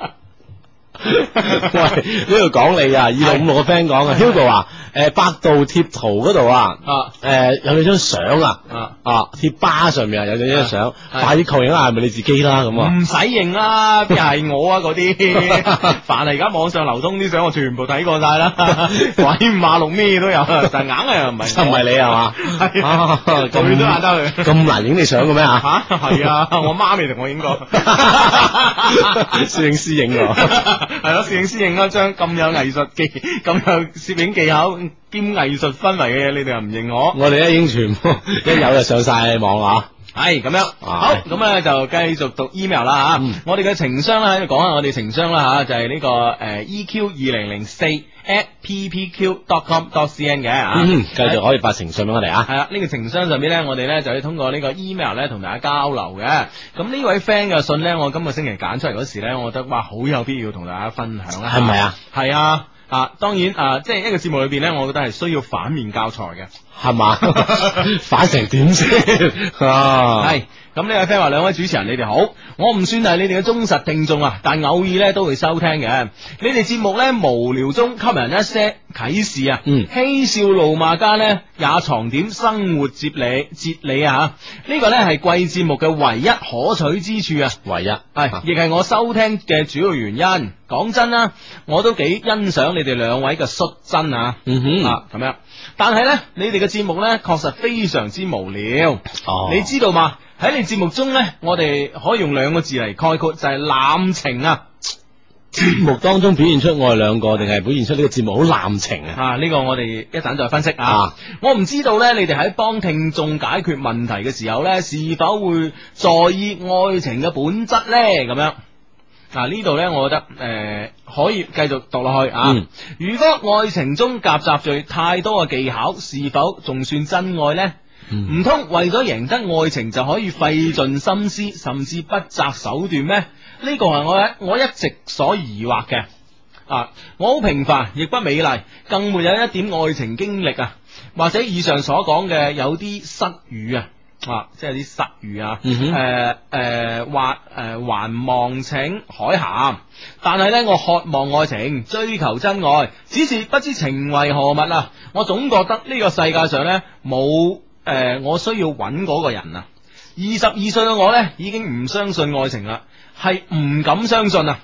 Speaker 1: 喂，呢度講你啊，二六五六個 friend 講啊，Hugo 話，诶，百度貼圖嗰度啊，
Speaker 2: 啊
Speaker 1: 诶，有你張相啊，
Speaker 2: 啊！
Speaker 1: 啊，貼吧上面啊有你張相，
Speaker 2: 係嗯
Speaker 1: 快啲確認下係咪你自己啦，咁啊，
Speaker 2: 唔使認啦，邊係我啊嗰 啲，凡係而家網上流通啲相，我全部睇過晒 啦，鬼五馬六咩都有，但係硬係啊又唔係
Speaker 1: 就
Speaker 2: 我
Speaker 1: 唔係你係嘛？
Speaker 2: 係
Speaker 1: 啊
Speaker 2: 啊，佢都
Speaker 1: 咁
Speaker 2: 懶得佢。
Speaker 1: 咁難影你相嘅咩啊？
Speaker 2: 吓係啊，我媽未同我影過，
Speaker 1: 攝影師影喎，
Speaker 2: 係咯，攝影師影咗張咁有藝術技、 咁有攝影技巧兼藝術氛圍嘅嘢，你哋又唔認我？
Speaker 1: 我哋咧已經 全部一有就上晒網啦
Speaker 2: 系咁樣，
Speaker 1: 啊
Speaker 2: 好咁咧就繼續讀 email 啦吓，
Speaker 1: 嗯
Speaker 2: 我哋嘅情商咧喺度講下我哋情商啦吓，就係呢、個个诶 EQ 二零零四 at ppq.com.cn 嘅吓，
Speaker 1: 吓，嗯，繼續可以發情信俾我哋啊，
Speaker 2: 系啦，呢、個情商上邊咧，我哋咧就要通過呢個 email 咧同大家交流嘅。咁呢位 friend 嘅信咧，我今個星期揀出嚟嗰時咧，我覺得哇，好有必要同大家分享啦。
Speaker 1: 係咪啊？
Speaker 2: 係啊。啊，當然啊，即係一個節目裏邊咧，我覺得係需要反面教材嘅。
Speaker 1: 係嘛？ 反成點先啊？
Speaker 2: 係咁呢位 friend 話兩位主持人你哋好，我唔算係你哋嘅忠實聽眾啊，但偶爾咧都會收聽嘅。你哋節目咧無聊中給人一些啟示啊，
Speaker 1: 嗯
Speaker 2: 嬉笑怒罵間咧也藏點生活哲理哲理啊嚇，呢、個咧係貴節目嘅唯一可取之處啊。
Speaker 1: 唯一
Speaker 2: 系，亦係我收聽嘅主要原因。講真啦，我都幾欣賞你哋兩位嘅率真啊，
Speaker 1: 嗯哼
Speaker 2: 啊咁樣。但係呢，你哋嘅節目呢，確實非常之無聊。
Speaker 1: 哦
Speaker 2: 你知道嘛？喺你節目中呢，我哋可以用兩個字嚟概括，就係濫情啊！
Speaker 1: 節目當中表現出我哋兩個，定係表現出呢個節目好濫情啊？
Speaker 2: 啊，呢、個我哋一陣再分析啊。
Speaker 1: 啊
Speaker 2: 我唔知道呢，你哋喺幫聽眾解決問題嘅時候呢，是否會在意愛情嘅本質呢？咁樣。嗱呢度呢，我覺得诶、呃可以繼續讀落去啊。
Speaker 1: 嗯
Speaker 2: 如果愛情中夾雜住太多嘅技巧，是否仲算真愛呢？唔通為咗贏得愛情就可以費盡心思，甚至不擇手段咩？呢個係我一我一直所疑惑嘅。啊，我好平凡，亦不美麗，更沒有一點愛情經歷啊，或者以上所講嘅有啲失語啊。啊，即係啲失語啊，
Speaker 1: 嗯哼
Speaker 2: 誒誒或誒還望請海涵，但係呢，我渴望愛情，追求真愛，只是不知情為何物啊！我總覺得呢個世界上呢，冇誒、呃我需要揾嗰個人啊！二十二歲嘅我呢，已經唔相信愛情啦，係唔敢相信啊！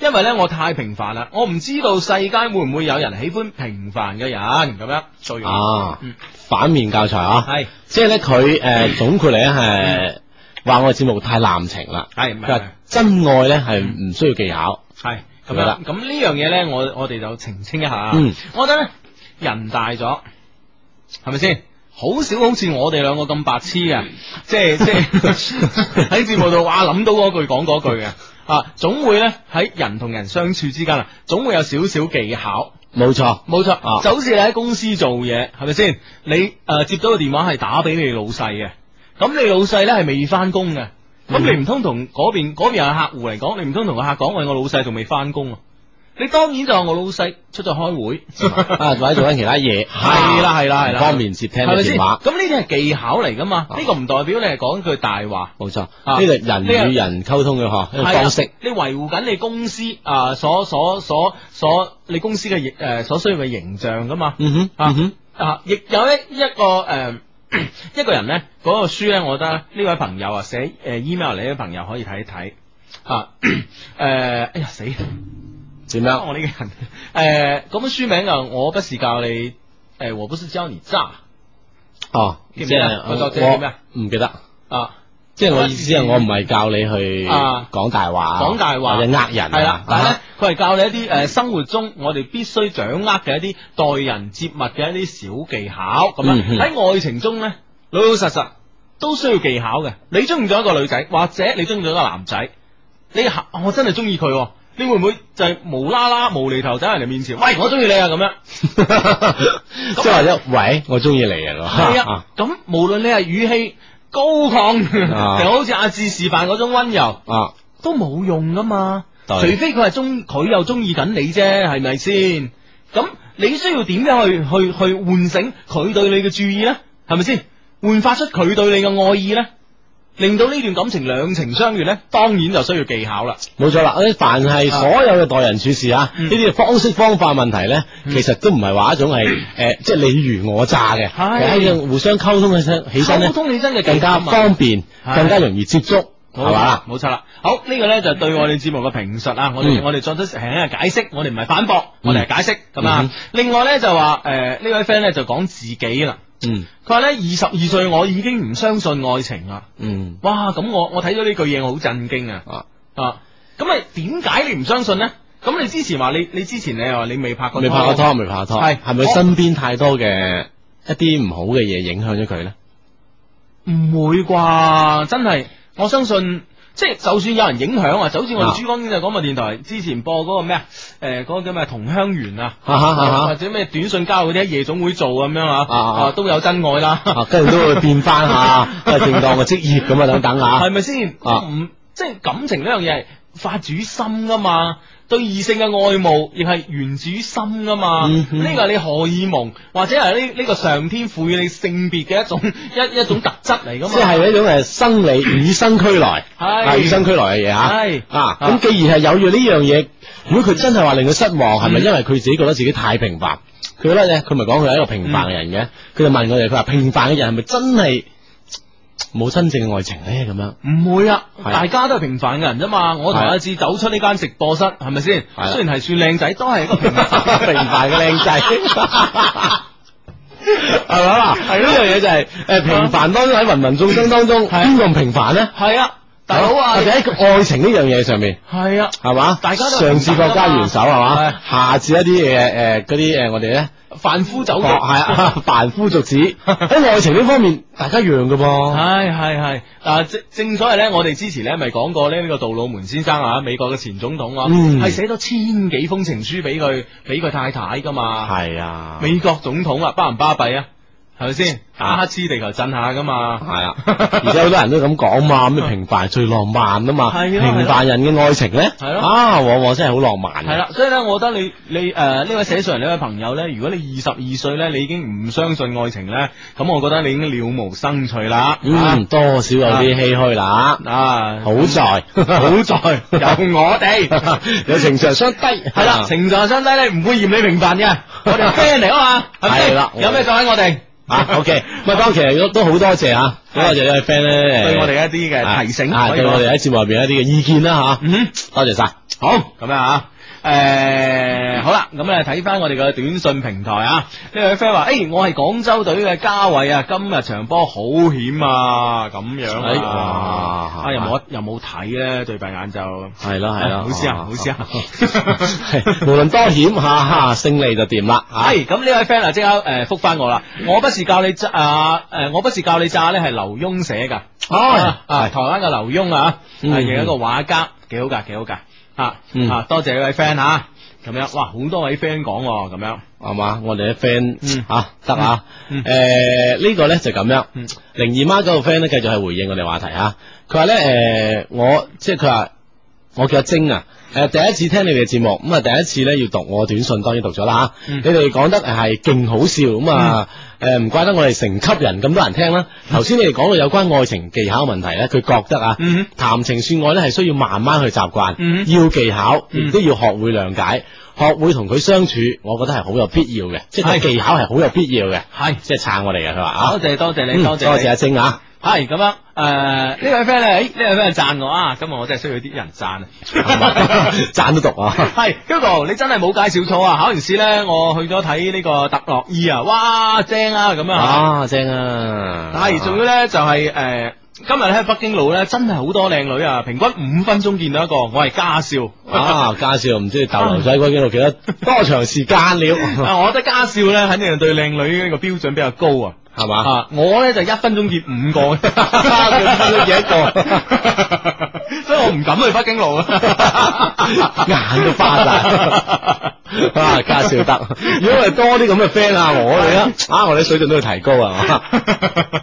Speaker 2: 因為呢，我太平凡啦，我唔知道世間會唔會有人喜歡平凡嘅人咁樣。做完
Speaker 1: 啊
Speaker 2: 嗯，
Speaker 1: 反面教材啊，
Speaker 2: 係嗯
Speaker 1: 即係咧佢诶總括嚟咧係話我節目太濫情啦，
Speaker 2: 係唔
Speaker 1: 佢
Speaker 2: 係
Speaker 1: 話？真愛咧係
Speaker 2: 嗯
Speaker 1: 唔需要技巧，
Speaker 2: 系咁
Speaker 1: 咪啦
Speaker 2: 樣，咁呢樣嘢咧，我我哋就澄清一下。啊
Speaker 1: 嗯，
Speaker 2: 我覺得咧，人大咗，係咪先？好少好似我哋兩個咁白痴嘅，即係即 係喺節目度哇諗到嗰句講嗰句嘅啊，總會咧喺人同人相處之間啊，總會有少少技巧。
Speaker 1: 冇錯，
Speaker 2: 冇錯，
Speaker 1: 啊
Speaker 2: 就好似你喺公司做嘢，係咪先？你诶、呃接到個電話係打俾你老細嘅，咁你老細咧係未翻工嘅，咁、
Speaker 1: 嗯
Speaker 2: 你唔通同嗰邊嗰邊嘅客户嚟講，你唔通同個客講喂我老細仲未翻工啊？你當然就話我老細出咗開 會，
Speaker 1: 啊或者做緊其他 嘢，啊
Speaker 2: 係啦係啦係啦
Speaker 1: 唔方便接聽
Speaker 2: 係
Speaker 1: 嘅
Speaker 2: 咪先？
Speaker 1: 電話
Speaker 2: 咁，呢啲係技巧嚟噶嘛？
Speaker 1: 啊
Speaker 2: 呢、個唔代表你係講句大話。
Speaker 1: 冇錯，
Speaker 2: 啊
Speaker 1: 呢個人與人溝通嘅嗬一個
Speaker 2: 係
Speaker 1: 方式
Speaker 2: 啊，你維護緊你公司啊、所所所所你公司嘅形诶所需要嘅形象噶嘛？
Speaker 1: 嗯哼，
Speaker 2: 啊
Speaker 1: 嗯哼，
Speaker 2: 啊，亦有一一個诶、呃 一個人咧，嗰、個書咧，我覺得呢位朋友啊，寫诶 email 嚟嘅朋友可以睇一睇啊。诶、哎呀死！
Speaker 1: 點樣？
Speaker 2: 我呢個人诶，嗰、本書名啊，我不是教你诶、呃我不是教你渣
Speaker 1: 哦，
Speaker 2: 記
Speaker 1: 即
Speaker 2: 唔記得
Speaker 1: 係
Speaker 2: 個作者叫咩
Speaker 1: 我
Speaker 2: 啊
Speaker 1: 唔記得。
Speaker 2: 啊。
Speaker 1: 即係我意思係我唔係教你去
Speaker 2: 啊
Speaker 1: 講大話，
Speaker 2: 講大話
Speaker 1: 或者呃人啊，
Speaker 2: 係啦，但係
Speaker 1: 啊
Speaker 2: 咧，佢係教你一啲诶生活中我哋必須掌握嘅一啲待人接物嘅一啲小技巧咁
Speaker 1: 嗯嗯
Speaker 2: 樣。喺愛情中咧，老老實實都需要技巧嘅。你中意咗一個女仔，或者你中意咗一個男仔，你下我真係中意佢喎，你會唔會就係無啦啦無厘頭走喺人哋面前，喂我中意你啊咁樣？
Speaker 1: 即係或者喂，我中意你啊，
Speaker 2: 係
Speaker 1: 咁
Speaker 2: 啊，咁無論你係語氣高亢，
Speaker 1: 啊
Speaker 2: 就好似阿志示范嗰種温柔，
Speaker 1: 啊，
Speaker 2: 都冇用噶嘛。
Speaker 1: 對
Speaker 2: 除非佢係中，佢又中意緊你啫，係咪先？咁你需要點樣去去去喚醒佢對你嘅注意呢？係咪先？焕發出佢對你嘅愛意呢？令到呢段感情兩情相悦呢，當然就需要技巧啦。
Speaker 1: 冇錯啦，誒凡係所有嘅待人處事啊，
Speaker 2: 啊嗯
Speaker 1: 呢啲方式方法問題咧，其實都唔係話一 種係誒，即係你虞我詐嘅，
Speaker 2: 係
Speaker 1: 其實喺互相溝通嘅身起身咧
Speaker 2: 溝，通起身嘅技
Speaker 1: 更
Speaker 2: 巧
Speaker 1: 加
Speaker 2: 嘛
Speaker 1: 方便，
Speaker 2: 係
Speaker 1: 更加容易接觸，
Speaker 2: 冇
Speaker 1: 係嘛？
Speaker 2: 冇錯啦。好，呢個咧就對我哋節目嘅評述啊，我哋
Speaker 1: 嗯
Speaker 2: 我哋作出輕輕嘅解釋，我哋唔係反駁，我哋係解釋咁
Speaker 1: 嗯
Speaker 2: 啊。另外咧就話呃誒呢位 friend 咧就講自己啦，
Speaker 1: 嗯
Speaker 2: 佢話咧二十二歲我已經唔相信愛情啦。
Speaker 1: 嗯
Speaker 2: 哇，咁我我睇咗呢句嘢我好震驚啊！
Speaker 1: 啊，
Speaker 2: 啊，咁咪點解你唔相信呢？咁你之前話你你之前你又話你未拍過
Speaker 1: 未拍過拖，未拍過拖，
Speaker 2: 係
Speaker 1: 係咪
Speaker 2: 我
Speaker 1: 身邊太多嘅一啲唔好嘅嘢影響咗佢咧？
Speaker 2: 唔會啩？真係，我相信。即係就算有人影響啊，就好似我
Speaker 1: 啊
Speaker 2: 哋珠江經濟廣播電台之前播嗰個咩啊，誒、嗰、個叫咩同鄉園啊，
Speaker 1: 哈哈哈
Speaker 2: 或
Speaker 1: 哈！
Speaker 2: 者咩短信交嗰啲夜總會做咁樣啊，
Speaker 1: 啊啊
Speaker 2: 啊都有真愛啦，
Speaker 1: 啊，跟住都會變翻 下，都係 正當嘅職業咁啊，等等啊
Speaker 2: 係，咪先？
Speaker 1: 啊
Speaker 2: 唔即係感情呢樣嘢係發主心噶嘛，對異性嘅愛慕亦係源自於心噶嘛，
Speaker 1: 嗯
Speaker 2: 呢
Speaker 1: 嗯
Speaker 2: 個係你荷爾蒙或者係呢呢個上天賦予你性別嘅一種 一一種特質嚟噶嘛，
Speaker 1: 即係一種誒生理與生俱來，
Speaker 2: 係
Speaker 1: 啊與生俱來嘅嘢嚇。
Speaker 2: 係
Speaker 1: 啊，咁
Speaker 2: 啊
Speaker 1: 既然係有咗呢樣嘢，如果佢真係話令佢失望，係咪
Speaker 2: 嗯
Speaker 1: 因為佢自己覺得自己太平凡？佢覺得咧，佢咪講佢係一個平凡嘅
Speaker 2: 嗯
Speaker 1: 人嘅，佢就問我哋，佢話平凡嘅人係咪真係冇真正嘅愛情咧？咁樣
Speaker 2: 唔會啊，
Speaker 1: 係
Speaker 2: 大家都係平凡嘅人啫嘛。我同阿志走出呢間直播室，係咪先
Speaker 1: 係啊？
Speaker 2: 雖然係算靚仔，都係一個平凡
Speaker 1: 平凡嘅靚 仔。係咪啊？係呢樣嘢就係誒平凡當中喺芸芸眾生當中，邊個唔平凡咧？
Speaker 2: 係啊，大佬啊
Speaker 1: 或，者喺愛情呢樣嘢上面。
Speaker 2: 係啊，
Speaker 1: 系嘛？
Speaker 2: 大家都係
Speaker 1: 上次國家元首係嘛
Speaker 2: 係？
Speaker 1: 下次一啲嘢誒嗰啲誒我哋咧，
Speaker 2: 凡夫走
Speaker 1: 國
Speaker 2: 卒
Speaker 1: 係啊 凡夫俗子喺愛情呢方面，大家一樣嘅噃。
Speaker 2: 係係係，嗱啊正正所謂咧，我哋之前咧咪講過咧呢個杜魯門先生啊，美國嘅前總統啊，
Speaker 1: 嗯
Speaker 2: 係寫咗千幾封情書俾佢俾佢太太噶嘛。
Speaker 1: 係啊，
Speaker 2: 美國總統啊，巴唔巴閉啊？係咪先？
Speaker 1: 啊
Speaker 2: 打黐地球震下噶嘛。
Speaker 1: 係啦，而且好多人都咁講嘛，咩平凡最浪漫啊嘛，
Speaker 2: 係咯係咯
Speaker 1: 平凡人嘅愛情咧，
Speaker 2: 係咯
Speaker 1: 啊，往往真係好浪漫啊
Speaker 2: 系
Speaker 1: 嘅。
Speaker 2: 啦，所以咧，我覺得你你诶呢、位寫信人呢位朋友咧，如果你二十二歲咧，你已經唔相信愛情咧，咁我覺得你已經了無生趣啦。
Speaker 1: 嗯，多少有啲唏噓啦。
Speaker 2: 啊啊，
Speaker 1: 好在，
Speaker 2: 好在 有我哋。
Speaker 1: 有情長相低，啊係
Speaker 2: 係啦，情在相低咧，唔會嫌你平凡 嘅，我哋 friend 嚟啊嘛，係咪先
Speaker 1: 係啦
Speaker 2: 有咩就喺我哋
Speaker 1: 啊，OK，咁啊，當然其實都都好多謝啊，好多謝呢位 friend 咧，誒
Speaker 2: 對我哋一啲嘅提醒，
Speaker 1: 啊，
Speaker 2: 可以
Speaker 1: 對我
Speaker 2: 講
Speaker 1: 哋喺節目入邊一啲嘅意見啦
Speaker 2: 嗯哼
Speaker 1: 吓，多謝晒。
Speaker 2: 好咁樣啊。誒、好啦，咁咧睇翻我哋嘅短信平台啊，呢位 friend 話：，誒、我係廣州隊嘅嘉偉啊，今日場波好險啊，咁樣
Speaker 1: 哎
Speaker 2: 啊，
Speaker 1: 哇
Speaker 2: 啊又冇又冇睇咧，對閉眼就係
Speaker 1: 係啦係啦，
Speaker 2: 好思啊，好思啊。
Speaker 1: 係無論多險吓吓，勝利就掂啦吓。
Speaker 2: 系咁呢位 friend 啊，即刻诶复翻我啦。我不是教你詐啊，诶，我不是教你詐咧，係劉墉寫噶。
Speaker 1: 哦
Speaker 2: 啊，台灣嘅劉墉啊，
Speaker 1: 嗯
Speaker 2: 係一個畫家，幾好噶，幾好噶。啊
Speaker 1: 嗯
Speaker 2: 啊，多謝呢位 friend 吓，咁樣哇，好多位 friend 講喎，咁樣
Speaker 1: 係嘛，我哋啲 friend
Speaker 2: 嗯
Speaker 1: 吓得啊。
Speaker 2: 嗯
Speaker 1: 誒呢個咧就咁樣
Speaker 2: 嗯，
Speaker 1: 零姨媽嗰個 friend 咧繼續係回應我哋話題吓，佢話咧誒我即係佢話我叫阿晶啊。誒第一次聽你哋嘅節目，咁啊第一次咧要讀我短信，當然讀咗啦嚇。
Speaker 2: 嗯
Speaker 1: 你哋講得係勁好笑，咁啊誒唔怪得我哋成級人咁多人聽啦。頭先你哋講到有關愛情技巧嘅問題咧，佢覺得啊，
Speaker 2: 嗯
Speaker 1: 談情説愛咧係需要慢慢去習慣，
Speaker 2: 嗯
Speaker 1: 要技巧，亦
Speaker 2: 嗯
Speaker 1: 都要學會諒解，學會同佢相處，我覺得係好有必要嘅，即係
Speaker 2: 係
Speaker 1: 技巧係好有必要嘅，
Speaker 2: 係
Speaker 1: 即係撐我哋嘅。佢話啊
Speaker 2: 多，謝多謝
Speaker 1: 嗯
Speaker 2: 你，多
Speaker 1: 多
Speaker 2: 謝你
Speaker 1: 謝阿晶 啊，
Speaker 2: 係咁樣诶，呢位 friend 咧，誒呢位 friend 讚我啊，今日我真係需要啲人讚
Speaker 1: 係嘛
Speaker 2: 啊。
Speaker 1: 讚都讀啊，
Speaker 2: 系 Hugo，你真係冇介紹錯啊！考完試咧，我去咗睇呢個特洛伊啊，哇，正啊咁樣啊！
Speaker 1: 啊正啊，
Speaker 2: 係，仲要咧就係、呃今日咧喺北京路咧，真係好多靚女啊！平均五分鐘見到一個，我係家少。
Speaker 1: 啊，家少唔知逗留咗喺嗰幾度幾多多長時間了，
Speaker 2: 啊，我覺得家少咧，肯定係對靚女呢個標準比較高啊！
Speaker 1: 係嘛？
Speaker 2: 啊，我咧就一分鐘見五 個，佢
Speaker 1: 分鐘見一
Speaker 2: 個，所以我唔敢去北京路啊！
Speaker 1: 眼都花 晒，啊家少得，如果我哋多啲咁嘅 friend 啊啊，我哋咧啊，我哋水準都要提高啊，係嘛
Speaker 2: 系 系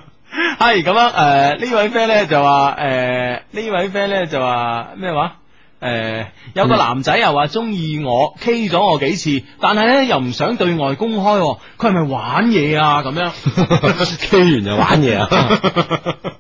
Speaker 2: 哎咁样，诶、呢位 friend 咧就话，诶、呢位 friend 咧就话咩话？诶、有個男仔又話中意我，K 咗我幾次，但係咧又唔想對外公開喎，佢係咪玩嘢啊？咁樣
Speaker 1: K 完就玩嘢啊！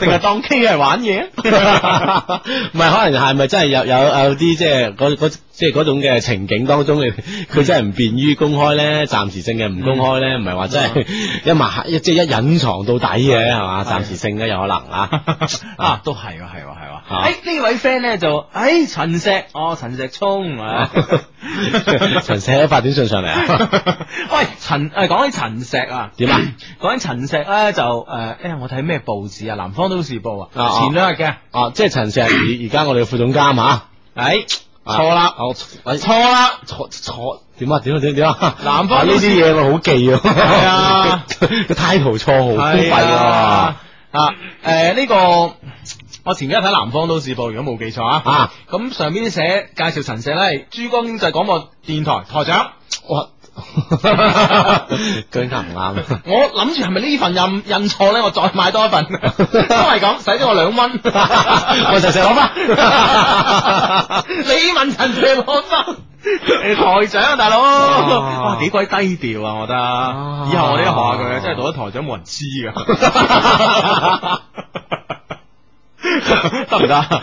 Speaker 2: 定係當 K 係玩嘢？啊
Speaker 1: 唔係，可能係咪真係有有有啲即係嗰嗰即係嗰種嘅情景當中，你佢真係唔便於公開咧，暫時性嘅唔公
Speaker 2: 嗯
Speaker 1: 開咧，唔係話真係一埋一即係一隱藏到底嘅係嘛？暫時性嘅有可能啊，
Speaker 2: 嗯 啊，都係喎，係喎，係喎。
Speaker 1: 啊
Speaker 2: 誒哎呢位 friend 咧就，誒陳石，哦陳石聰 啊。哎
Speaker 1: 陳寫發短信上嚟啊，
Speaker 2: 喂，陳誒講起陳石啊，
Speaker 1: 點啊？
Speaker 2: 講起陳石咧就誒，哎呀我睇咩報紙啊？南方都市報啊，
Speaker 1: 啊啊
Speaker 2: 前兩日嘅，
Speaker 1: 哦，即係陳石而而家我哋嘅副總監啊，哎
Speaker 2: 誒
Speaker 1: 錯
Speaker 2: 錯啦，
Speaker 1: 我我
Speaker 2: 錯啦，
Speaker 1: 錯錯點啊點啊點啊點啊！
Speaker 2: 南
Speaker 1: 啊
Speaker 2: 方
Speaker 1: 呢
Speaker 2: 都
Speaker 1: 啲
Speaker 2: 市
Speaker 1: 嘢我好記啊，
Speaker 2: 係啊，
Speaker 1: 個 title 錯好高
Speaker 2: 係
Speaker 1: 費啊！
Speaker 2: 哎 啊誒呢個。我前幾日睇《南方都市報》，如果冇記錯啊，
Speaker 1: 啊
Speaker 2: 咁上邊寫介紹陳石咧，珠江經濟廣播電台台長，
Speaker 1: 哇，究竟啱唔啱啊？
Speaker 2: 我諗住係咪呢份印印錯咧？我再買多一 份，都係咁，使咗我兩蚊，
Speaker 1: 我就想攞 翻
Speaker 2: 你問陳謝攞 翻。誒台長啊，大佬，
Speaker 1: 哇
Speaker 2: 哇，幾鬼低調啊！我覺
Speaker 1: 啊
Speaker 2: 得，以後我哋都學下佢，真係到咗台長冇人知噶， 得唔
Speaker 1: 啊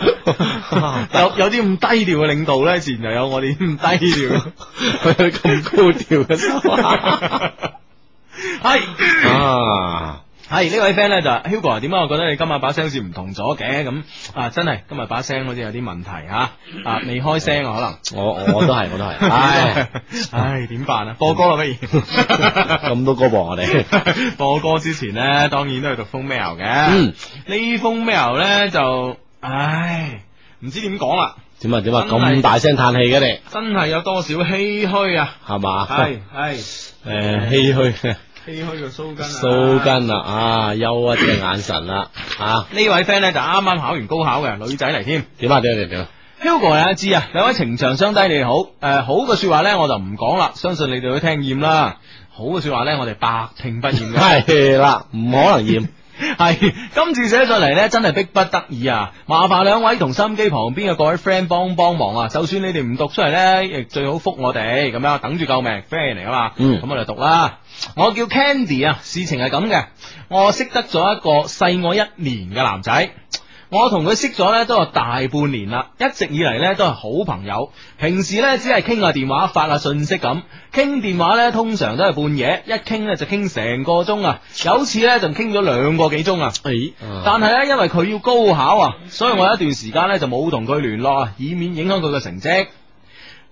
Speaker 2: 得？ 有有啲咁低調嘅領導咧，自然就有我哋咁低 調。
Speaker 1: 佢咁高調嘅手
Speaker 2: 係
Speaker 1: 啊！
Speaker 2: 係呢位 friend 咧就話 Hugo 啊點解我覺得你今日把聲好似唔同咗嘅咁啊？真係今日把聲好似有啲問題嚇啊，未開聲啊可能。
Speaker 1: 我我都係我 都係，唉，
Speaker 2: 唉，點辦啊？播歌啦，不如。
Speaker 1: 咁多歌噃我哋。
Speaker 2: 播歌之前咧，當然都係讀封 mail 嘅。
Speaker 1: 嗯，
Speaker 2: 呢封 mail 咧就，唉，唔知點講啦，
Speaker 1: 點啊點啊，
Speaker 2: 真係
Speaker 1: 咁大聲嘆氣嘅你
Speaker 2: 真係有多少唏噓 啊！
Speaker 1: 係嘛？
Speaker 2: 係啊係
Speaker 1: 誒唏噓
Speaker 2: 唏噓個鬚根啊！
Speaker 1: 鬚根啦，啊憂鬱嘅眼神啦，啊
Speaker 2: 呢位 friend 咧就啱啱考完高考嘅女仔嚟添。
Speaker 1: 點啊點啊點啊
Speaker 2: Hugo 啊，知啊，兩位情場相低你哋好，誒、好嘅説話咧我就唔講啦，相信你哋都聽厭啦。好嘅説話咧，我哋百聽不厭
Speaker 1: 點
Speaker 2: 嘅。
Speaker 1: 啊，係啦，唔可能厭。
Speaker 2: 系今次寫上嚟呢，真係逼不得已啊！麻煩兩位同心機旁邊嘅各位 friend 幫幫忙啊！就算你哋唔讀出嚟呢，亦最好覆我哋咁樣，等住救命 friend 嚟啊嘛！
Speaker 1: 嗯
Speaker 2: 咁我就讀啦。我叫 Candy 啊，事情係咁嘅，我識得咗一個細我一年嘅男仔。我同佢識咗呢都有大半年啦，一直以嚟呢都係好朋友。平時呢只係傾下電話、發下信息咁。傾電話呢通常都係半夜，一傾呢就傾成個鐘啊，有次呢就傾咗兩個幾鐘啊。
Speaker 1: 誒，
Speaker 2: 但係咧，因為佢要高考啊，所以我有一段時間咧就冇同佢聯絡啊，以免影響佢嘅成績。誒、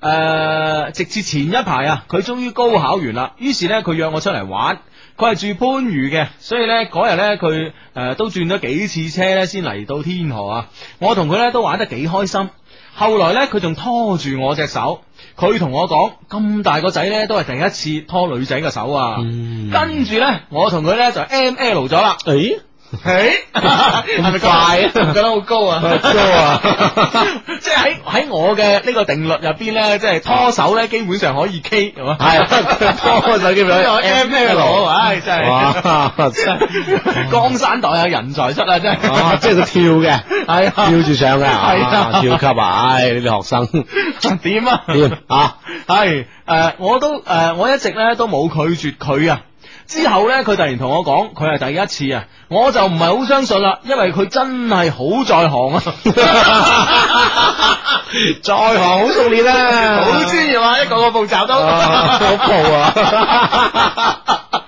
Speaker 2: 呃直至前一排啊，佢終於高考完啦，於是咧佢約我出嚟玩。佢係住番禺嘅，所以咧嗰日咧佢誒都轉咗幾次車咧先嚟到天河啊。我同佢咧都玩得幾開心。後來咧佢仲拖住我隻手，佢同我講咁大個仔咧都係第一次拖女仔嘅手啊。
Speaker 1: 嗯
Speaker 2: 跟住咧我同佢咧就 M L 咗啦。
Speaker 1: 誒。
Speaker 2: 诶，系咪怪啊？覺得好高啊！
Speaker 1: 高啊！
Speaker 2: 即係喺喺我嘅呢個定律入邊咧，即係拖手咧，基本上可以 K 係嘛？
Speaker 1: 係拖手基本上
Speaker 2: 有 M L，唉，真係
Speaker 1: 哇！ 真係
Speaker 2: 江山代有人才出啊！真係
Speaker 1: 啊，即係佢跳嘅，
Speaker 2: 係啊
Speaker 1: 跳住上嘅，
Speaker 2: 係
Speaker 1: 啊
Speaker 2: 啊
Speaker 1: 跳級啊！唉，你哋學 生
Speaker 2: 點啊？
Speaker 1: 點啊？
Speaker 2: 係诶，我都诶，我一直咧都冇拒絕佢啊。之後咧，佢突然同我講，佢係第一次啊，我就唔係好相信啦，因為佢真係好在行 啊。
Speaker 1: 在行哎好熟練啦，
Speaker 2: 好專業啊，一個個步驟都
Speaker 1: 啊好步啊！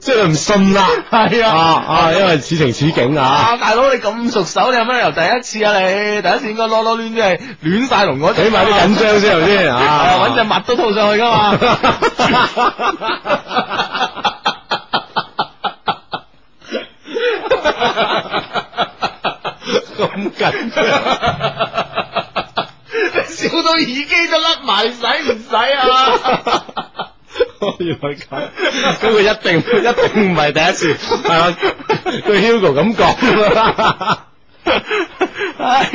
Speaker 1: 即係佢唔信啦，
Speaker 2: 係
Speaker 1: 啊
Speaker 2: 啊。
Speaker 1: 啊！因為此情此景啊，
Speaker 2: 啊，大佬你咁熟手，你有咩理由第一次啊？你第一次應該攞攞攣，即係亂晒龍嗰
Speaker 1: 起碼啲緊張先頭先
Speaker 2: 係
Speaker 1: 啊
Speaker 2: 啊，，揾隻襪都套上去噶嘛。
Speaker 1: 咁緊張。
Speaker 2: 笑到耳機都甩埋，使唔使啊？
Speaker 1: 哦原來咁，咁佢一定一定唔係第一次，係嘛？佢 Hugo 咁 講，
Speaker 2: 唉，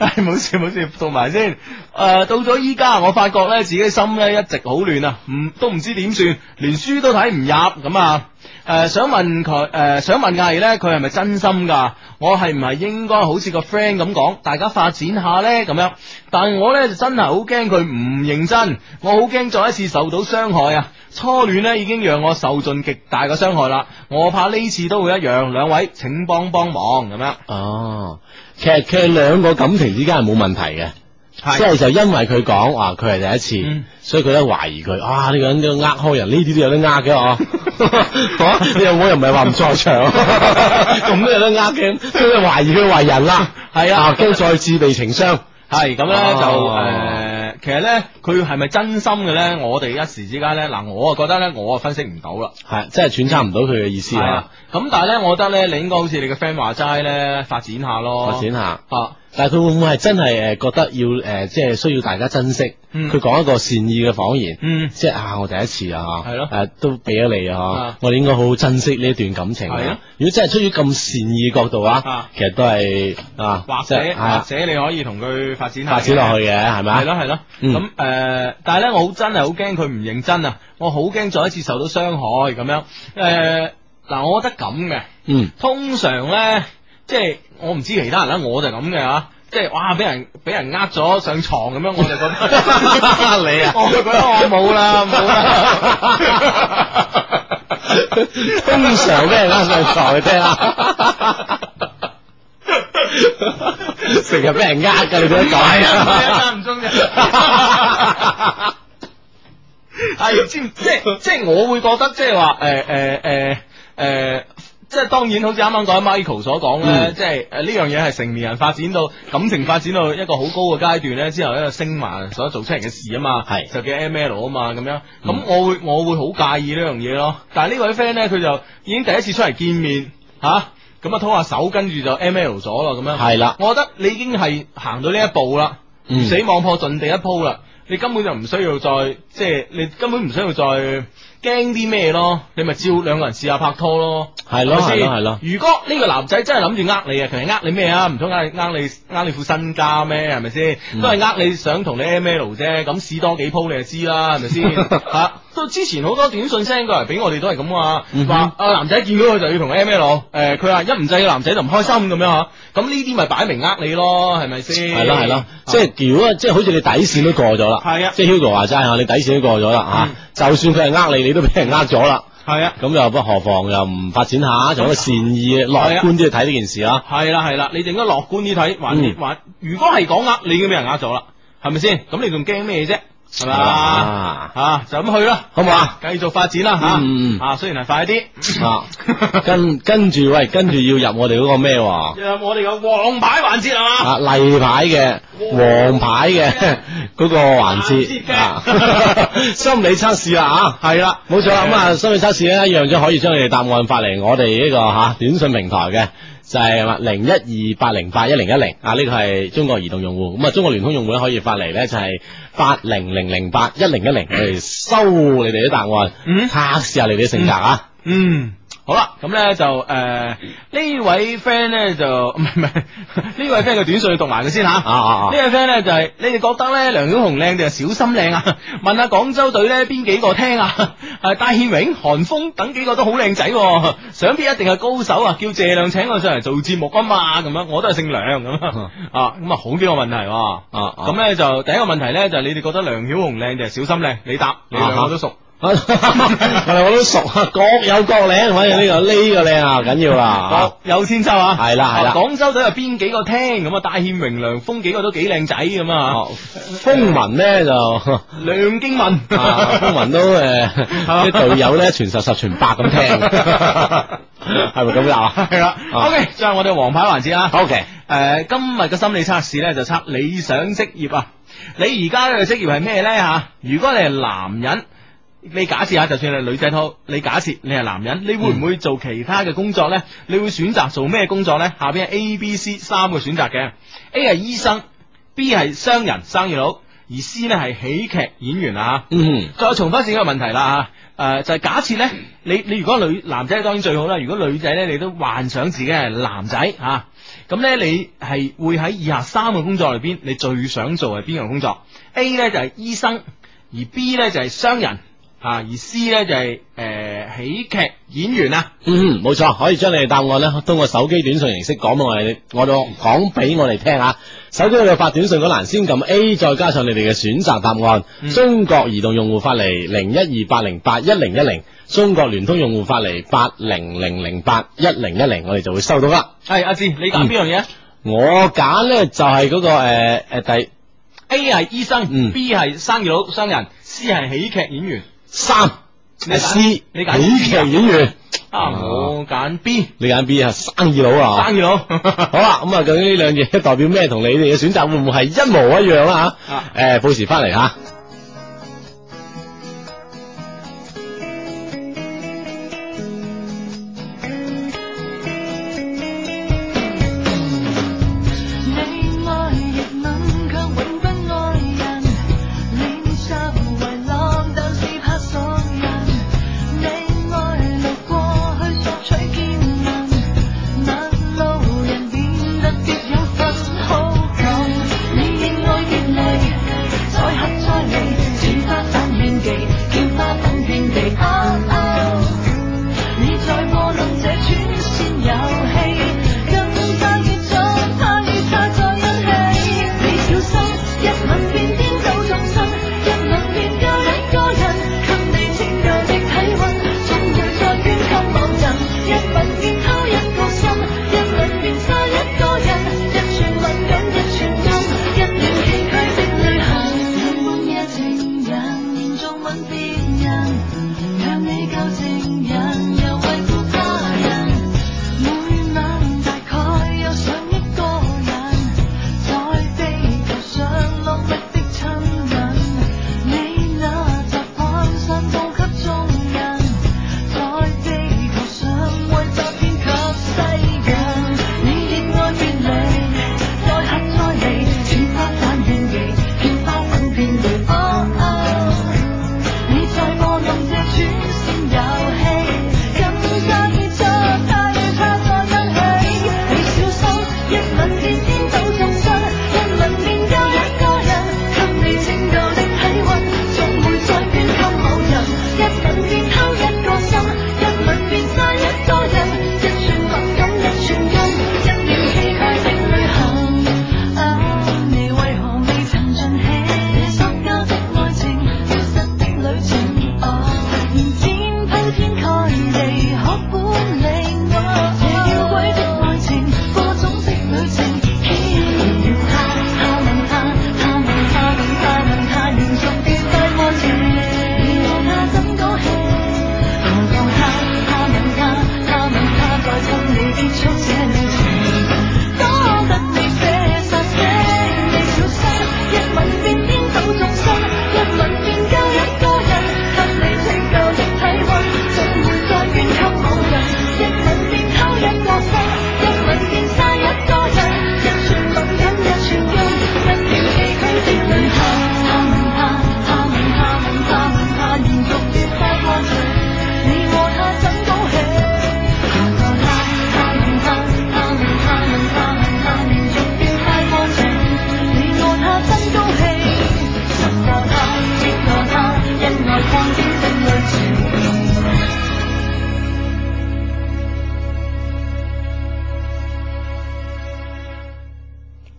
Speaker 2: 唉，冇事冇事，讀埋先。诶到咗依家，我發覺咧自己心咧一直好亂啊，唔都唔知點算，連書都睇唔入咁啊。诶、想問佢，诶、想問阿怡咧，佢係咪真心㗎？我係唔係應該好似個 friend 咁講，大家發展下咧咁樣？但我咧就真係好驚佢唔認真，我好驚再一次受到傷害啊！初戀咧已經讓我受盡極大嘅傷害啦，我怕呢次都會一樣。兩位請幫幫忙咁樣。
Speaker 1: 哦，其實其實兩個感情之間係冇問題嘅，即係就因為佢講話佢係第一次，
Speaker 2: 嗯
Speaker 1: 所以佢咧懷疑佢，啊呢、個人都呃開人，呢啲都有得呃嘅 哦。啊你又我又唔係話唔在場， 咁都有得呃嘅，所以懷疑佢為人啦，
Speaker 2: 係啊
Speaker 1: 啊驚再次被情傷。
Speaker 2: 系咁咧就
Speaker 1: 哦
Speaker 2: 诶、呃其實咧佢係咪真心嘅咧？我哋一時之間咧，嗱，我啊覺得咧，我啊分析唔到啦。
Speaker 1: 系，真係揣測唔到佢嘅意思
Speaker 2: 係啊
Speaker 1: 啊！，
Speaker 2: 咁但係咧，我覺得咧，你應該好似你嘅 friend 話齋咧，發展下咯，
Speaker 1: 發展下，
Speaker 2: 啊，
Speaker 1: 但係佢會唔會係真係诶觉得要诶，即係需要大家珍惜？
Speaker 2: 嗯
Speaker 1: 佢講一個善意嘅謊言，
Speaker 2: 嗯，
Speaker 1: 即係啊，我第一次啊，
Speaker 2: 係咯
Speaker 1: 誒都俾咗你啊
Speaker 2: 啊，
Speaker 1: 我哋應該好好珍惜呢一段感情
Speaker 2: 係啊。
Speaker 1: 啊如果真係出於咁善意嘅角度啊
Speaker 2: 啊，
Speaker 1: 其實都係啊，
Speaker 2: 或
Speaker 1: 即
Speaker 2: 者
Speaker 1: 係係
Speaker 2: 或
Speaker 1: 啊
Speaker 2: 者你可以同佢發展下
Speaker 1: 發展落去
Speaker 2: 嘅。
Speaker 1: 嘅，係咪
Speaker 2: 係
Speaker 1: 啊？
Speaker 2: 咯係咯，
Speaker 1: 嗯
Speaker 2: 咁诶，但係咧，我好真係好驚佢唔認真啊！我好驚再一次受到傷害咁樣。诶，嗱，我覺得咁嘅，
Speaker 1: 嗯，
Speaker 2: 通常咧，即係我唔知其他人啦，我就咁嘅吓，即係哇，俾人俾人呃咗上床咁樣，我就覺得
Speaker 1: 你啊
Speaker 2: 我就覺得我冇啦，冇 啦。
Speaker 1: 通常俾人呃上床嘅 啫啦，成日俾人呃㗎，你都
Speaker 2: 係啊，
Speaker 1: 講。
Speaker 2: 間唔中啫。係知唔即係即係我會覺得即係話誒誒誒誒。即係當然，好似啱啱講 Michael 所講咧，
Speaker 1: 嗯
Speaker 2: 即係誒呢樣嘢係成年人發展到感情發展到一個好高嘅階段咧，之後一個升華所做出嚟嘅事啊嘛，
Speaker 1: 係
Speaker 2: 就叫 ML 啊嘛，咁樣，咁、
Speaker 1: 嗯
Speaker 2: 我會我會好介意呢樣嘢咯。但係呢位 friend 咧，佢就已經第一次出嚟見面嚇，咁啊拖下手，跟住就 ML 咗咯，咁樣。
Speaker 1: 係啦
Speaker 2: 我覺得你已經係行到呢一步啦，
Speaker 1: 嗯
Speaker 2: 唔死網破盡地一鋪啦，你根本就唔需要再即係你根本唔需要再驚啲咩咯，你咪照兩個人試下拍拖咯。
Speaker 1: 係咯
Speaker 2: 咪
Speaker 1: 係
Speaker 2: 先
Speaker 1: 咯係咯，
Speaker 2: 如果呢個男仔真係諗住呃你啊，佢係呃你咩啊？唔通呃你呃你呃你副身家咩？係咪先？
Speaker 1: 嗯
Speaker 2: 都係呃你想同你 M L 啫，咁試多幾鋪你就知啦，係咪先？ 吓，到之前好多短信 send 過嚟俾我哋都係咁啊
Speaker 1: 嗯，哼
Speaker 2: 話啊男仔見到佢就要同 M L，诶，佢話一唔制嘅男仔就唔開心咁樣吓，咁呢啲咪擺明呃你咯，係咪先？啊
Speaker 1: 係咯係咯，即
Speaker 2: 係
Speaker 1: 係如果即係好似你底線都過咗啦，
Speaker 2: 係啊
Speaker 1: 即係 Hugo 話齋啊，你底線都過咗啦吓，就算佢係呃你，你都俾人呃咗啦。
Speaker 2: 係啊。
Speaker 1: 咁又不何妨又唔發展下，仲有一個善意嘅樂觀啲去睇呢件事啊。
Speaker 2: 係啦係啦，你就應該樂觀啲睇，還
Speaker 1: 嗯
Speaker 2: 還如果係講呃，你已經俾人呃咗啦，係咪先？咁你仲驚咩啫？係咪啊？
Speaker 1: 啊，
Speaker 2: 啊，就咁去啦，
Speaker 1: 好唔好啊？
Speaker 2: 繼續發展啦吓，
Speaker 1: 嗯嗯嗯
Speaker 2: 啊，雖然係快啲，
Speaker 1: 啊，跟跟住喂，跟住要入我哋嗰個咩喎？
Speaker 2: 誒我哋有王牌環節係嘛，
Speaker 1: 啊，例牌嘅黃牌 嘅嗰個環節啊， 心理測試啦啊，係啦，冇錯啦。咁啊，心理測試咧，一樣都可以將你哋答案發嚟我哋呢個吓短信平台嘅。就係啊零一二八零八一零一零啊，呢個係中國移動用戶，咁啊中國聯通用戶咧可以發嚟咧就係八零零零八一零一零，我哋收你哋啲答案，
Speaker 2: 嗯
Speaker 1: 測試下你哋啲性格啊。
Speaker 2: 嗯。好啦，咁咧就誒、呃呢位 friend 咧就唔係唔係呢位 friend 嘅短信讀埋佢先嚇。
Speaker 1: 啊啊啊
Speaker 2: 呢！位 friend 咧就係、你哋覺得咧梁曉紅靚定係小心靚啊？ 問下廣州隊咧邊幾個聽啊？ 係戴憲榮、韓風等幾個都好靚仔喎， 想必一定係高手啊！叫謝亮請我上嚟做節目啊嘛，咁樣我都係姓梁咁啊， 啊咁啊好幾個問題喎。
Speaker 1: 啊啊
Speaker 2: 咁咧就第一個問題咧就係你哋覺得梁曉紅靚定係小心靚？你答，你兩個都熟。
Speaker 1: 我哋我都熟啊，各有各靚，反正呢個呢個靚啊，緊要啦
Speaker 2: 好，有千秋啊！
Speaker 1: 係啦係啦
Speaker 2: 啊廣州隊有邊幾個聽咁啊？戴憲榮、梁峰幾個都幾靚仔咁
Speaker 1: 啊
Speaker 2: 啊！
Speaker 1: 哦風雲咧就 啊
Speaker 2: 梁經文，
Speaker 1: 風雲都 誒啲隊友咧全十十全百咁聽， 係咪咁㗎啊？
Speaker 2: 系啦
Speaker 1: 啊
Speaker 2: ，OK，最後我哋黃牌環節啊。
Speaker 1: OK
Speaker 2: 诶、今日嘅心理測試咧就測理想職業啊。你而家嘅職業係咩咧吓？如果你係男人，你假設下，就算你係女仔都好，你假設你係男人，你會唔會做其他嘅工作咧？你會選擇做咩工作咧？下邊係 A、B、C 三個選擇嘅。A 係醫生，B 係商人生意佬。而 C 呢係喜劇演員啊。
Speaker 1: 嗯
Speaker 2: 再重翻自己個問題啦啊吓，誒、就係、假設咧，你你如果女男仔當然最好啦，如果女仔咧，你都幻想自己係男仔吓，咁、呢，咧你係會喺以下三個工作裏邊，你最想做係邊個工作？A 咧就係、醫生，而 B 咧就係、商人。啊，而 C 咧就係、誒喜劇演員啊，
Speaker 1: 嗯，冇錯，可以將你嘅答案咧，通過手機短信形式講俾我哋，我到講俾我哋聽啊。手機你發短信嗰欄先撳 A，再加上你哋嘅選擇答案。
Speaker 2: 嗯
Speaker 1: 中國移動用戶發嚟零一二八零八一零一零，中國聯通用戶發嚟八零零零八一零一零，我哋就會收到啦。
Speaker 2: 係阿志，你
Speaker 1: 嗯
Speaker 2: 揀邊樣嘢啊
Speaker 1: 我揀咧就係嗰、個誒誒第
Speaker 2: ？A 係醫生、
Speaker 1: 嗯
Speaker 2: b 係生意佬商人，C 係喜劇演員。
Speaker 1: 三，呃
Speaker 2: 你揀
Speaker 1: 啊 C
Speaker 2: 你啊揀
Speaker 1: 喜劇演員，
Speaker 2: 啊，我揀 B
Speaker 1: 你揀 B 啊，生意佬啊。
Speaker 2: 生意 佬。
Speaker 1: 好啦，咁啊，究竟呢兩嘢代表咩？同你哋嘅選擇會唔會係一模一樣啦？吓、
Speaker 2: 啊
Speaker 1: 诶、到時翻嚟吓。
Speaker 4: 你愛亦敏卻永不愛人，練習遺浪，但是怕喪人。你愛路過去索取見聞，陌路人變得別有份好感。你亦愛別離，再合再離，似花等獻技，叫花等遍地。Oh oh 你在我諗這串線遊戲，更加越早，怕與他在一起。你小心，一吻便顛倒眾生，一吻便教另一個人，給你拯救的體温，終要再捐給某人。一吻便偷一個心，一吻便殺一個人，一串敏感一串暗，一段崎嶇的旅行。兩半夜情人，連續吻別人。讓你夠情人，又為顧他人。每晚大概有上一個人，在地球上落力的親吻。你那習慣散佈給眾人，在地球上為詐騙及世人。你亦愛別離，再合再離，似花瓣獻技，獻花粉遍地。Oh oh。你在我用這轉線遊戲，更加熱衷，他與他在一起。你小心，一吻便顛倒眾生，一吻便救一個人，給你拯救的體温，總會再捐給某人。一吻便偷一個心，一吻便殺一個人，一串敏感一串根，一秒崎嶇的旅行。啊，你為何未曾盡興？你所交的愛情，消失的旅程。哦，然間鋪天蓋地，可管理我。這妖怪的愛情，各種的旅程。他他問他，他問他，問他問他，連續變態愛情，你和他怎講起？同講他，他問他，他問他，再親你結束這旅程。多得你這殺聲，你小心，一吻便顛倒眾生，一吻便救一個人，給你拯救的體温，總會再捐給某人。一吻便偷一個心，一吻便殺一個人，一串敏感一串陰，一條崎嶇的旅行。他問他，他問他，問他問他，連續愉快愛情，你和他怎講起？行過他，他問他，他問他問他問他，連續愉快愛情，你和他真高興。十個他，億個他，恩愛擴展的旅程。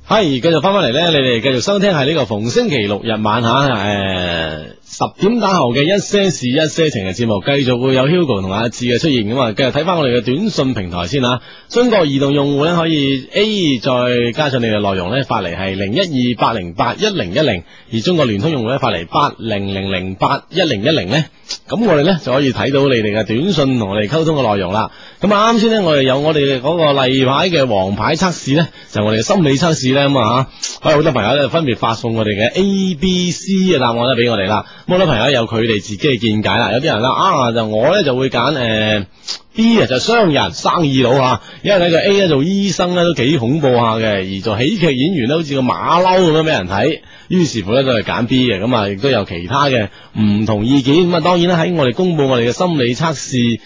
Speaker 1: 係，繼續翻翻嚟咧，你哋繼續收聽係呢個逢星期六日晚吓，诶、十點打後嘅一些事一些情嘅節目，繼續會有 Hugo 同阿志嘅出現咁啊，繼續睇翻我哋嘅短信平台先吓。中國移動用戶咧可以 A 再加上你嘅內容咧發嚟係零一二八零八一零一零，而中國聯通用戶咧發嚟八零零零八一零一零咧，咁我哋咧就可以睇到你哋嘅短信同我哋溝通嘅內容啦。咁啊，啱先咧，我哋有我哋嗰個例牌嘅黃牌測試咧，就我哋嘅心理測試咧咁啊吓，可以好多朋友咧分別發送我哋嘅 A、B、C 嘅答案咧俾我哋啦。咁好多朋友有佢哋自己嘅見解啦。有啲人啦啊，就我咧就會揀诶、呃 B 啊，就商人生意佬啊，因為呢個 A 咧做醫生咧都幾恐怖下嘅，而做喜劇演員咧好似個馬騮咁樣俾人睇。於是乎咧都係揀 B 嘅，咁啊亦都有其他嘅唔同意見。咁啊當然啦，喺我哋公佈我哋嘅心理測試。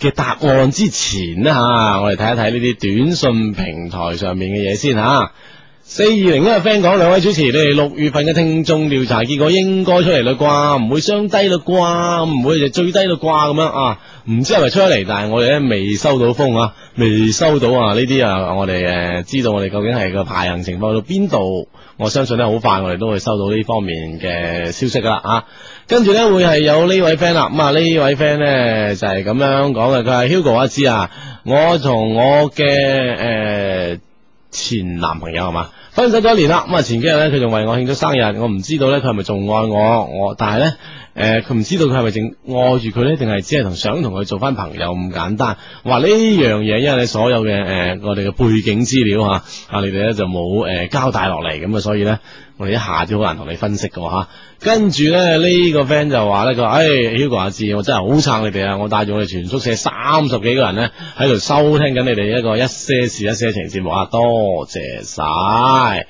Speaker 1: 嘅答案之前啦吓、我哋睇一睇呢啲短信平台上面嘅嘢先吓。四二零呢個 friend 講，兩位主持，你哋六月份嘅聽眾調查結果應該出嚟啦啩，唔會相低啦啩，唔會就最低啦啩咁樣啊？唔知係咪出咗嚟，但係我哋咧未收到風啊，未收到啊呢啲啊，我哋誒、呃知道我哋究竟係個排行情況到邊度，我相信咧好快我哋都會收到呢方面嘅消息噶啦啊！跟住咧會係有呢位 friend 啦，咁啊呢位 friend 咧就係、咁樣講嘅，佢係 Hugo 阿芝啊，我同我嘅誒。呃前男朋友係嘛？分手咗一年啦，咁啊前幾日咧佢仲為我慶祝生日，我唔知道咧佢係咪仲愛我，我但係咧誒佢唔知道佢係咪淨愛住佢咧，定係只係同想同佢做翻朋友咁簡單。話呢樣嘢，因為你所有嘅誒、呃我哋嘅背景資料嚇啊，你哋咧就冇誒、呃交代落嚟，咁啊所以咧我哋一下子好難同你分析嘅喎嚇。跟住咧呢、個 friend 就話咧，佢話：，誒、Hugo 阿志，我真係好撐你哋啊！我帶住我哋全宿舍三十幾個人咧喺度收聽緊你哋一個一些事一些情節目啊！多謝晒。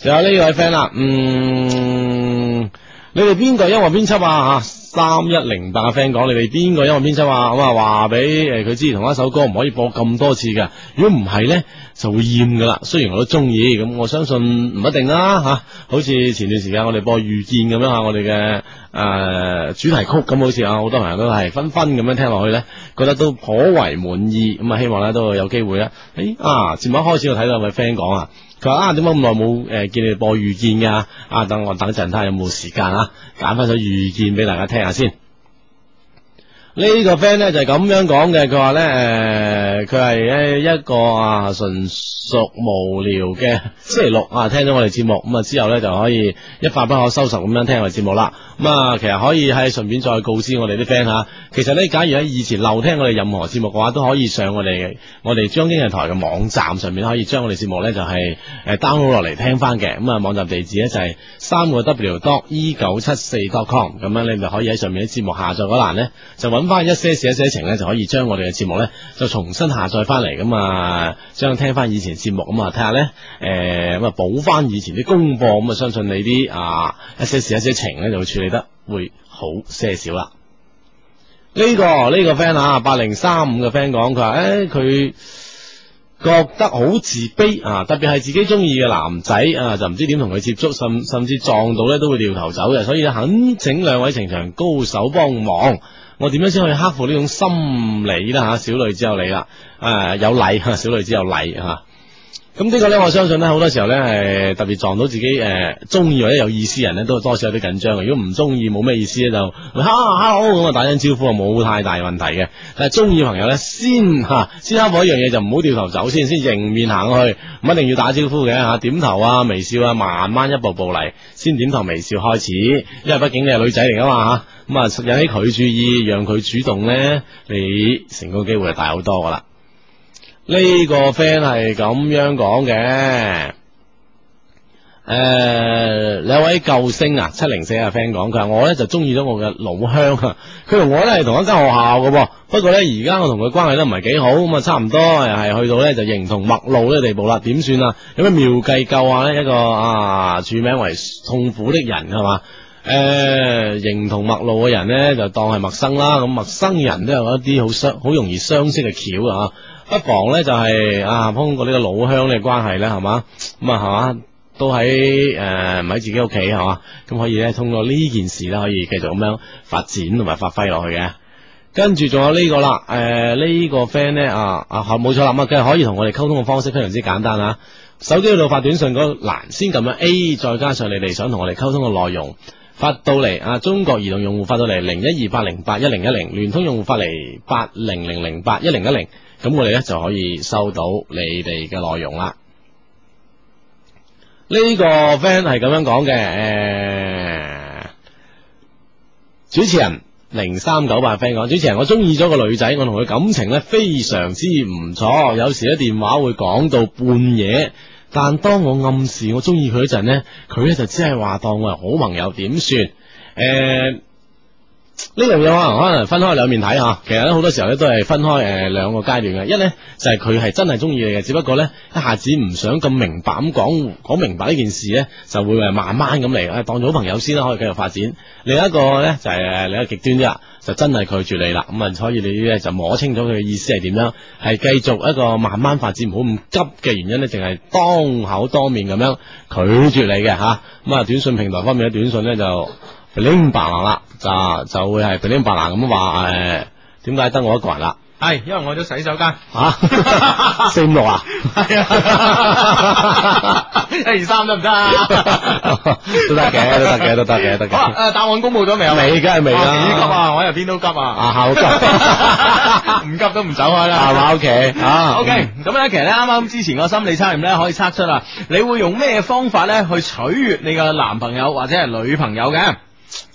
Speaker 1: 仲有呢位 friend 啦，嗯，你哋邊個音樂編輯啊？嚇，三一零八嘅 friend 講，你哋邊個音樂編輯啊？咁啊話俾誒佢知，同一首歌唔可以播咁多次嘅，如果唔係咧就會厭噶啦。雖然我都中意，咁我相信唔一定啊啦嚇、好似前段時間我哋播遇見咁樣嚇，我哋嘅誒主題曲咁，好似啊好多朋友都係紛紛咁樣聽落去咧，覺得都頗為滿意。咁啊，希望咧都有機會咧，誒、啊節目一開始我睇到有位 friend 講啊。佢話啊，點解咁耐冇誒見你哋播遇見嘅啊？啊，等我等陣睇下有冇時間啊，揀翻首遇見俾大家聽下先。呢個 friend 咧就係咁樣講嘅，佢話咧誒，佢係誒一個啊純屬無聊嘅 星期六啊，聽咗我哋節目咁啊之後咧就可以一發不可收拾咁樣聽我哋節目啦。咁啊，其實可以喺順便再告知我哋啲 friend 吓，其實咧假如喺以前漏聽我哋任何節目嘅話，都可以上我哋嘅我哋將經濟台嘅網站上面可以將我哋節目咧就係誒呃 download 落嚟聽翻嘅。咁啊，網站地址咧就係三個 W dot e 九七四 dot com，咁啊樣你就可以喺上面啲節目下載嗰欄咧。就揾翻一些事一些情咧，就可以將我哋嘅節目咧就重新下載翻嚟咁啊，將聽翻以前節目咁啊，睇下咧誒咁啊補翻以前啲功課咁啊，相信你啲啊一些事一些情咧就會處理得會好些少啦。呢、個呢、個 friend 啊，八零三五嘅 friend 講佢話誒佢。覺得好自卑啊！特別係自己中意嘅男仔啊，就唔知點同佢接觸，甚甚至撞到咧都會掉頭走嘅，所以咧懇請兩位情場高手幫忙。我點樣先可以克服呢種心理啦？吓、小女只有你啦，誒、有禮啊吓，小女只有禮吓。咁呢個咧，我相信咧，好多時候咧，係特別撞到自己誒中意或者有意思嘅人咧，都多少有啲緊張嘅。如果唔中意冇咩意思咧，就哈 hello 咁啊打聲招呼啊，冇太大問題嘅。但係中意嘅朋友咧，先 嚇、先克服一樣嘢，就唔好掉頭走先，先迎面行去，唔一定要打招呼嘅嚇、點頭啊、微笑啊，慢慢一步步嚟，先點頭微笑開始。因為畢竟你係女仔嚟噶嘛嚇，咁啊引起佢注意，讓佢主動咧，你成功機會就大好多噶啦。呢個 friend 係咁樣講嘅，誒、兩位救星啊，七零四嘅 friend 講，佢話我咧就中意咗我嘅老鄉啊，佢同我咧係同一間學校嘅喎，不過咧而家我同佢關係都唔係幾好，咁啊差唔多又係去到咧就形同陌路呢個地步啦，點算啊？有咩妙計救下呢？一個啊署名為痛苦的人係嘛？誒、形同陌路嘅人咧，就當係陌生啦。咁陌生人都有一啲好相好容易相識嘅橋啊。不妨咧就係、啊，通過呢個老鄉嘅關係咧，係嘛咁啊，係嘛都喺呃誒唔喺自己屋企係嘛，咁可以咧通過呢件事咧可以繼續咁樣發展同埋發揮落去嘅。跟住仲有呢個啦，誒、呃呢、個 friend 咧啊啊係冇錯啦，咁啊佢係可以同我哋溝通嘅方式非常之簡單啊。手機度發短信嗰個欄先撳咗 A，再加上你哋想同我哋溝通嘅內容。發到嚟啊！中國移動用戶發到嚟零一二八零八一零一零，聯通用戶發嚟八零零零八一零一零，咁我哋咧就可以收到你哋嘅內容啦。呢、個 friend 係咁樣講嘅，誒、主持人零三九八 friend 講，主持人我中意咗個女仔，我同佢感情咧非常之唔錯，有時咧電話會講到半夜。但當我暗示我中意佢嗰陣呢，佢呢就只係話當我係好朋友，點算？誒、诶、呢樣嘢可能可能分開兩面睇吓，其實咧好多時候咧都係分開诶两个阶段嘅，一咧就係佢係真係中意你嘅，只不過咧一下子唔想咁明白咁講講明白呢件事咧，就會诶慢慢咁嚟，诶當做好朋友先啦，可以繼續發展。另一個咧就係诶另一個極端啲啦，就真係拒絕你啦，咁啊所以你咧就摸清楚佢嘅意思係點樣，係繼續一個慢慢發展，唔好咁急嘅原因咧，淨係當口當面咁樣拒絕你嘅吓。咁啊短信平台方面嘅短信咧就。拎白蘭啦，就就會係拎白蘭咁話诶，點解得我一個人啦？
Speaker 2: 系因為我去咗洗手間。
Speaker 1: 吓、啊四五六啊，
Speaker 2: 系啊， 一二三得唔得啊？
Speaker 1: 都得嘅，都得嘅，都得嘅，都得
Speaker 2: 好啦
Speaker 1: 嘅。
Speaker 2: 诶，答案公布咗哦未啊？
Speaker 1: 未梗係未啦
Speaker 2: 哇幾急啊！我入邊都急啊！
Speaker 1: 啊， 好急，
Speaker 2: 唔急都唔走開啦
Speaker 1: 係。嘛？OK，啊
Speaker 2: O K，咁咧，其實咧，啱啱之前個心理測驗咧，可以測出啦，你會用咩方法咧去取悦你嘅男朋友或者係女朋友嘅？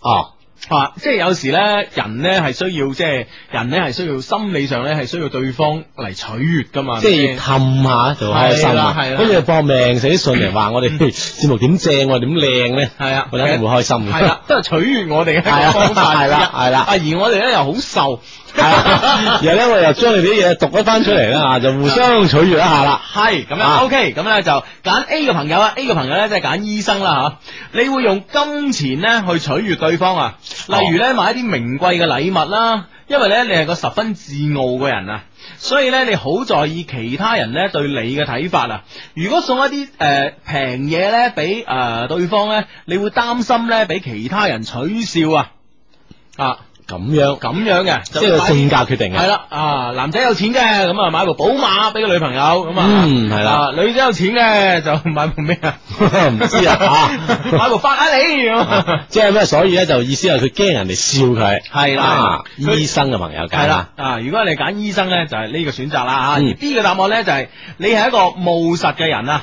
Speaker 1: 哦，
Speaker 2: 啊，即係有時咧，人咧係需要，即係人咧係需要心理上咧係需要對方嚟取悦噶嘛。
Speaker 1: 即係
Speaker 2: 係
Speaker 1: 要氹下做開心
Speaker 2: 啊係啦
Speaker 1: 啊
Speaker 2: 係，啦
Speaker 1: 跟住搏命寫啲信嚟話 我哋節目點正，我哋點靚咧，
Speaker 2: 咪先係啊，
Speaker 1: 我哋一定會開心嘅。
Speaker 2: 係啦，都係取悦我哋嘅一
Speaker 1: 係
Speaker 2: 個
Speaker 1: 啊
Speaker 2: 方法之一
Speaker 1: 係啦係啦
Speaker 2: 啊，而我哋咧又好瘦，
Speaker 1: 係啊，然後咧我又將你啲嘢讀一翻出嚟啦，啊就互相取悦一下啦。
Speaker 2: 係咁
Speaker 1: 啊
Speaker 2: 樣 OK，咁咧就揀 A 嘅朋友啊，A 嘅朋友咧即係揀醫生啦吓，你會用金錢咧去取悦對方啊，例如咧買一啲名貴嘅禮物啦，因為咧你係個十分自傲嘅人啊。所以咧，你好在意其他人咧對你嘅睇法啊！如果送一啲誒平嘢咧俾誒對方咧，你會擔心咧俾其他人取笑啊！啊，
Speaker 1: 咁樣，
Speaker 2: 咁樣嘅，
Speaker 1: 即係性格決定嘅
Speaker 2: 系。啦，啊，男仔有錢嘅，咁啊買部寶馬俾個女朋友，咁啊，
Speaker 1: 嗯係啦
Speaker 2: 啊，女仔有錢嘅就買部咩啊？
Speaker 1: 唔知 啊，
Speaker 2: 買部法拉利咁
Speaker 1: 啊
Speaker 2: 啊，
Speaker 1: 即系咩？所以咧就意思係佢驚人哋笑佢，
Speaker 2: 係啦
Speaker 1: 啊
Speaker 2: 佢
Speaker 1: 醫生嘅朋友
Speaker 2: 係
Speaker 1: 梗
Speaker 2: 啦，，啊，如果你揀醫生咧，就係呢個選擇啦啊，
Speaker 1: 嗯
Speaker 2: 而 B 嘅答案咧就係你係一個務實嘅人啊，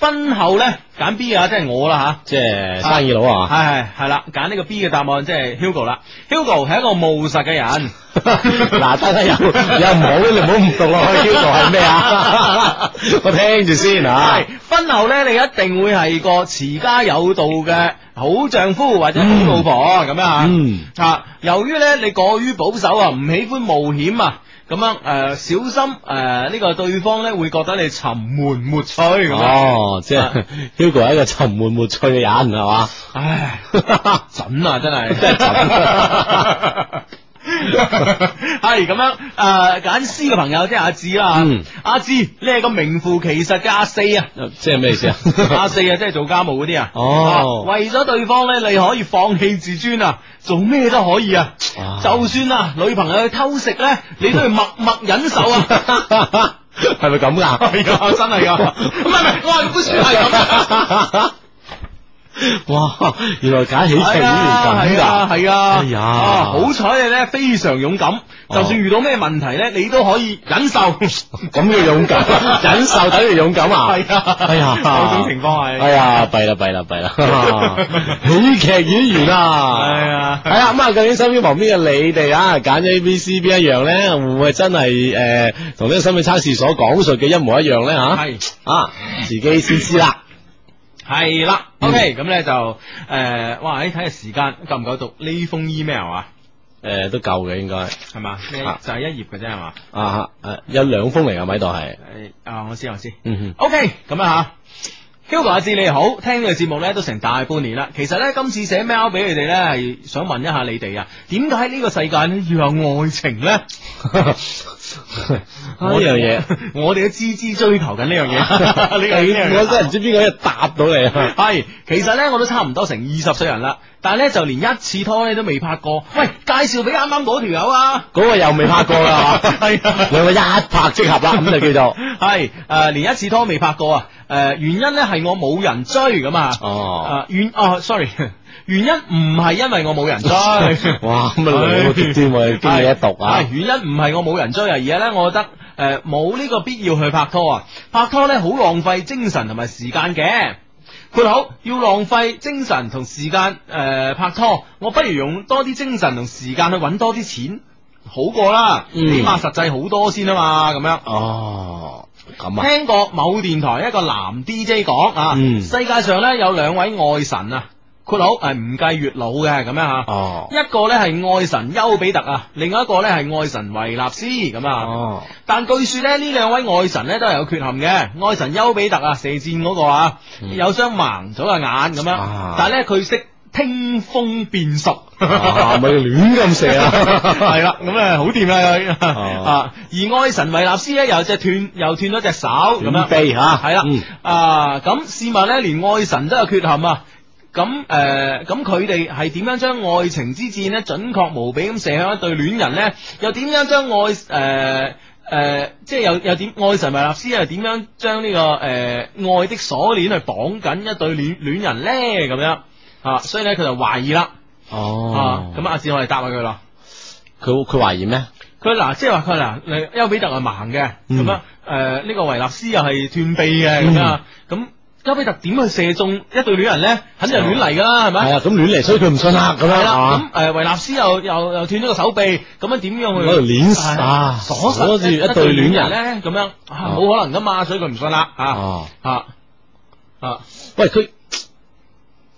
Speaker 2: 婚後咧揀 B 啊，即係我啦吓。
Speaker 1: 即係生意佬啊，
Speaker 2: 系系啦，揀呢個 B 嘅答案即係 Hugo 啦。Hugo 係一個務實嘅人，
Speaker 1: 嗱，睇睇有有唔好，你唔好唔讀落去，叫做係咩 啊？我聽住先啊
Speaker 2: 系，婚後咧，你一定會係個持家有道嘅好丈夫或者好老婆咁樣啊。
Speaker 1: 嗯，
Speaker 2: 啊，由於咧你過於保守啊，唔喜歡冒險啊。咁樣誒、呃小心誒呢、個對方咧會覺得你沉悶沒趣咁樣，
Speaker 1: 哦，即係
Speaker 2: 啊
Speaker 1: Hugo 係一個沉悶沒趣嘅人係嘛？
Speaker 2: 唉，準啊真係，
Speaker 1: 真係準
Speaker 2: 係咁樣誒，呃揀、C 嘅朋友即係阿志啦，
Speaker 1: 嗯
Speaker 2: 阿志你係個名副其實嘅阿四啊。
Speaker 1: 即係咩意思啊？
Speaker 2: 阿四 啊，即係做家務嗰啲啊。
Speaker 1: 哦
Speaker 2: 啊為咗對方咧，你可以放棄自尊啊，做咩都可以啊。
Speaker 1: 哇
Speaker 2: 就算啊，女朋友去偷食咧，你都要默默忍受啊。
Speaker 1: 係咪咁噶？
Speaker 2: 係啊，真係噶，唔係唔係，我係本書係咁。 啊
Speaker 1: 哇！原來假起情原
Speaker 2: 係啊，
Speaker 1: 來咁
Speaker 2: 係
Speaker 1: 㗎
Speaker 2: 啊，。係啊，
Speaker 1: 哎呀
Speaker 2: 啊好彩你咧非常勇敢，
Speaker 1: 哦
Speaker 2: 就算遇到咩問題咧，你都可以忍受。
Speaker 1: 咁叫勇 敢，忍受等於勇敢啊！
Speaker 2: 係啊
Speaker 1: 哎呀，
Speaker 2: 有種情況係
Speaker 1: 哎呀，弊啦弊啦弊啦， 喜劇演員啊！
Speaker 2: 係啊
Speaker 1: 系啦，咁啊，究竟身邊旁邊嘅你哋啊，揀咗 A、B、C 邊一樣咧，會唔會真係诶同呢個心理測試所講述嘅一模一樣咧吓？
Speaker 2: 係。
Speaker 1: 啊，自己先知啦。
Speaker 2: 系啦
Speaker 1: 嗯
Speaker 2: ，OK，咁咧就诶、呃哇，你睇下時間夠唔夠讀呢封 email 啊？
Speaker 1: 诶，呃都夠嘅應該
Speaker 2: 係嘛，咩
Speaker 1: 啊
Speaker 2: 就係一頁嘅啫係嘛？
Speaker 1: 啊，诶，有兩封嚟嘅喺度係，
Speaker 2: 诶、啊，我知我知
Speaker 1: 嗯哼。
Speaker 2: ，OK，咁啊吓。Hugo 阿志你好，聽呢個節目咧都成大半年啦。其實咧今次寫 mail 俾你哋咧係想問一下你哋啊，點解呢個世界咧要有愛情咧？哎
Speaker 1: 呢樣嘢，
Speaker 2: 我哋都孜孜追求緊呢 樣嘢，呢個啊呢樣嘢
Speaker 1: 我真係唔知邊個可以答到你啊！
Speaker 2: 系，哎其實咧我都差唔多成二十歲人啦，但係咧就連一次拖咧都未拍過。喂，介紹俾啱啱嗰條友啊！
Speaker 1: 嗰個又未拍過啦，
Speaker 2: 係啊
Speaker 1: 兩個一拍即合啦，咁就叫做
Speaker 2: 係诶、誒連一次拖未拍過啊！诶、原因咧係我冇人追咁啊！
Speaker 1: 哦。
Speaker 2: 誒原哦，sorry，原因唔係因為我冇人追。
Speaker 1: 哇！咁啊，兩個極端喎，經你一讀啊
Speaker 2: 係，原因唔係我冇人追啊，而係咧，我覺得诶冇呢個必要去拍拖啊，拍拖咧好浪費精神同埋時間嘅。括好要浪費精神同時間诶、呃拍拖，我不如用多啲精神同時間去揾多啲錢，好過啦，
Speaker 1: 嗯
Speaker 2: 起碼實際好多先啊嘛，咁樣。
Speaker 1: 哦，咁啊，
Speaker 2: 聽過某電台一個男 DJ 講啊，
Speaker 1: 嗯
Speaker 2: 世界上咧有兩位愛神啊，括號係唔計月老嘅咁樣啊吓。
Speaker 1: 哦，
Speaker 2: 一個呢係愛神丘比特啊，另外一個呢係愛神維納斯咁啊。
Speaker 1: 哦，
Speaker 2: 但據說咧，呢兩位愛神咧都係有缺陷嘅。愛神丘比特啊，射箭嗰個啊，
Speaker 1: 嗯
Speaker 2: 有雙盲咗個眼咁樣，
Speaker 1: 啊
Speaker 2: 但係咧佢識聽風變術。
Speaker 1: 啊咪亂咁射 啊！
Speaker 2: 係啦，咁啊好掂啦佢
Speaker 1: 哦
Speaker 2: 啊！而愛神維納斯咧又隻斷，又斷咗隻手咁
Speaker 1: 咁
Speaker 2: 樣。
Speaker 1: 悲吓，
Speaker 2: 係啦
Speaker 1: 嗯
Speaker 2: 啊，咁試問咧，連愛神都有缺陷啊！咁誒，咁佢哋係點樣將愛情之箭咧準確無比咁射向一對戀人咧？又點樣將愛誒誒、即係又又點愛神維納斯又點樣將呢、個誒、愛的鎖鏈去綁緊一對戀戀人咧？咁樣啊，所以咧佢就懷疑啦、
Speaker 1: 哦
Speaker 2: 啊！，咁阿志我哋答下佢啦。
Speaker 1: 佢佢懷疑咩？
Speaker 2: 佢嗱，即係話佢嗱，你丘比特係盲嘅，咁
Speaker 1: 嗯
Speaker 2: 樣誒呢個維納斯又係斷臂嘅咁樣，咁丘比特點去射中一對戀人咧？肯定係亂嚟㗎啦，係
Speaker 1: 係
Speaker 2: 咪？
Speaker 1: 啊，咁亂嚟，所以佢唔信啦，咁樣
Speaker 2: 係
Speaker 1: 啊係
Speaker 2: 啦
Speaker 1: 嘛，，
Speaker 2: 咁誒維納斯又又又斷咗個手臂，咁樣點樣去
Speaker 1: 攞條鏈
Speaker 2: 係
Speaker 1: 啊，
Speaker 2: 鎖
Speaker 1: 鎖住
Speaker 2: 實
Speaker 1: 一對戀人。
Speaker 2: 咧？咁樣啊冇可能㗎嘛，所以佢唔信啦啊
Speaker 1: 哦，
Speaker 2: 啊啊
Speaker 1: 喂，佢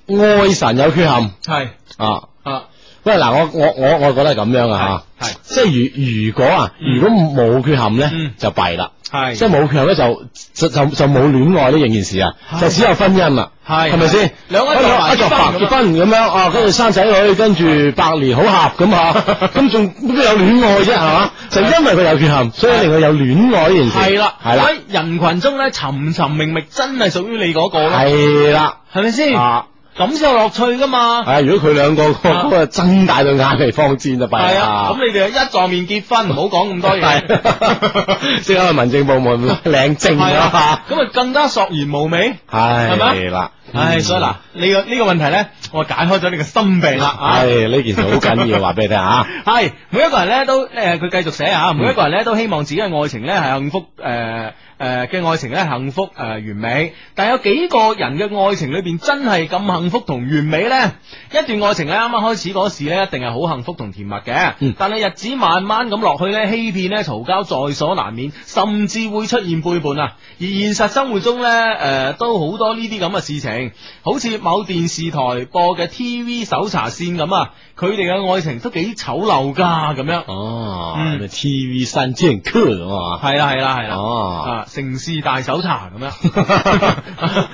Speaker 1: 愛神有缺陷
Speaker 2: 係
Speaker 1: 啊！
Speaker 2: 啊
Speaker 1: 喂，嗱，我我我我覺得係咁樣啊
Speaker 2: 係
Speaker 1: 吓。
Speaker 2: 係
Speaker 1: 即係如如果啊，
Speaker 2: 嗯
Speaker 1: 如果冇缺陷咧
Speaker 2: 嗯，
Speaker 1: 就弊啦。即
Speaker 2: 係
Speaker 1: 係冇缺陷咧，就就就就冇戀愛呢樣件事啊，
Speaker 2: 係
Speaker 1: 就只有婚姻啦，
Speaker 2: 係
Speaker 1: 係咪先？哎
Speaker 2: 兩位
Speaker 1: 一
Speaker 2: 白
Speaker 1: 個白結婚咁樣啊，跟住生仔女，跟住百年好合 咁啊，咁仲邊有戀愛啫係嘛？就因為佢有缺陷，所以令佢有戀愛呢件事。
Speaker 2: 係啦，
Speaker 1: 係啦，
Speaker 2: 喺人群中咧尋尋覓覓，真係屬於你嗰個咯，
Speaker 1: 係啦，
Speaker 2: 係咪先？
Speaker 1: 啊，
Speaker 2: 咁先有樂趣噶嘛。
Speaker 1: 係如果佢兩個個
Speaker 2: 啊
Speaker 1: 嗰個睜大對眼嚟放箭就弊
Speaker 2: 係啊，
Speaker 1: 啦
Speaker 2: 咁。你哋一撞面結 婚，唔好講咁多
Speaker 1: 係
Speaker 2: 嘢。
Speaker 1: 即刻去民政部門領證
Speaker 2: 係
Speaker 1: 啦
Speaker 2: 啊，，咁咪更加索然無味。
Speaker 1: 係啦，嗯
Speaker 2: 唉，所以嗱，呢個呢個問題咧，我解開咗你個心病啦啊！
Speaker 1: 係呢件事好緊要，話俾你聽啊。
Speaker 2: 系每一個人咧都诶，佢、繼續寫啊，每一個人咧都希望自己嘅愛情咧係幸福诶诶嘅愛情咧幸福诶、呃完美，但有幾個人嘅愛情裏边真係咁幸福同完美呢？一段愛情咧啱啱開始嗰時咧，一定係好幸福同甜蜜嘅，
Speaker 1: 嗯
Speaker 2: 但係日子慢慢咁落去咧，欺騙咧、嘈交在所難免，甚至會出現背叛啊！而現實生活中咧，诶、都好多呢啲咁嘅事情，好似某電視台播嘅 TV 搜查線咁啊，佢哋嘅愛情都幾醜陋噶咁樣。
Speaker 1: 哦
Speaker 2: 嗯
Speaker 1: 咩，TV 三劍客啊嘛，
Speaker 2: 係啦係啦係啦，
Speaker 1: 哦，
Speaker 2: 啊城市大搜查咁 樣，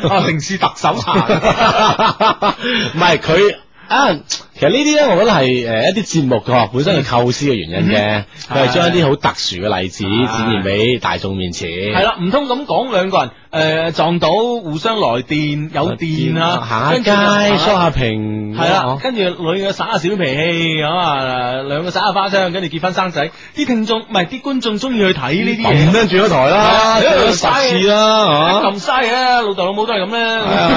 Speaker 2: 啊城市特搜查，
Speaker 1: 唔係佢啊，其實呢啲咧，我覺得係誒一啲節目佢本身嘅構思嘅原因啫，佢係將一啲好特殊嘅例子
Speaker 2: 嗯係
Speaker 1: 展現俾大眾面前。
Speaker 2: 係啦，唔通咁講兩個人诶撞到互相來電有電啊，
Speaker 1: 行
Speaker 2: 跟住
Speaker 1: 下街
Speaker 2: 就
Speaker 1: 梳下啊屏，
Speaker 2: 係啦，
Speaker 1: 哦，
Speaker 2: 跟住女嘅耍下小脾氣咁啊，兩個耍下花槍，跟住結婚生仔，啲聽眾唔係啲觀眾中意去睇呢啲嘢
Speaker 1: 咁。樣轉咗台啦，
Speaker 2: 係
Speaker 1: 哦
Speaker 2: 啊
Speaker 1: 轉咗十次啦，哦係嘛
Speaker 2: 咁嘥嘅，啊老豆老母都係咁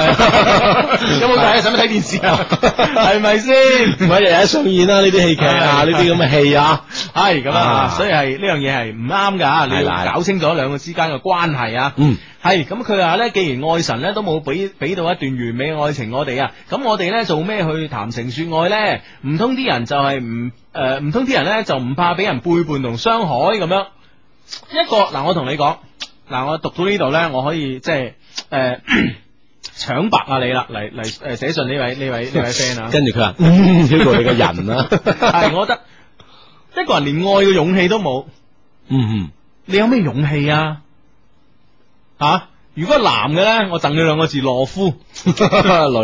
Speaker 2: 咧。
Speaker 1: 係啊係
Speaker 2: 有冇睇啊？使唔使睇電視啊？ 係咪先？
Speaker 1: 唔係日日上演啦，呢啲戲劇啊，呢啲咁嘅戲啊，
Speaker 2: 係咁
Speaker 1: 啊
Speaker 2: 啊，所以係呢樣嘢係唔啱㗎，
Speaker 1: 係
Speaker 2: 你
Speaker 1: 啦係啦
Speaker 2: 要搞清楚兩個之間嘅關係啊。
Speaker 1: 嗯，
Speaker 2: 係咁，佢話咧，既然愛神咧都冇俾俾到一段完美嘅愛情我哋啊，咁我哋咧做咩去談情說愛咧？唔通啲人就係唔誒，唔通啲人咧就唔怕俾人背叛同傷害咁樣？一個嗱，我同你講，嗱，我讀到呢度咧，我可以即係 誒搶白啊你啦，嚟嚟誒寫信呢位呢位呢 位 friend 啊，
Speaker 1: 跟住佢話，嗯，呢個你個人啊，
Speaker 2: 係我覺得一個人連愛嘅勇氣都冇。
Speaker 1: 嗯
Speaker 2: 你有咩勇氣啊？吓、如果係男嘅咧，我贈你兩個字懦夫；
Speaker 1: 嗯，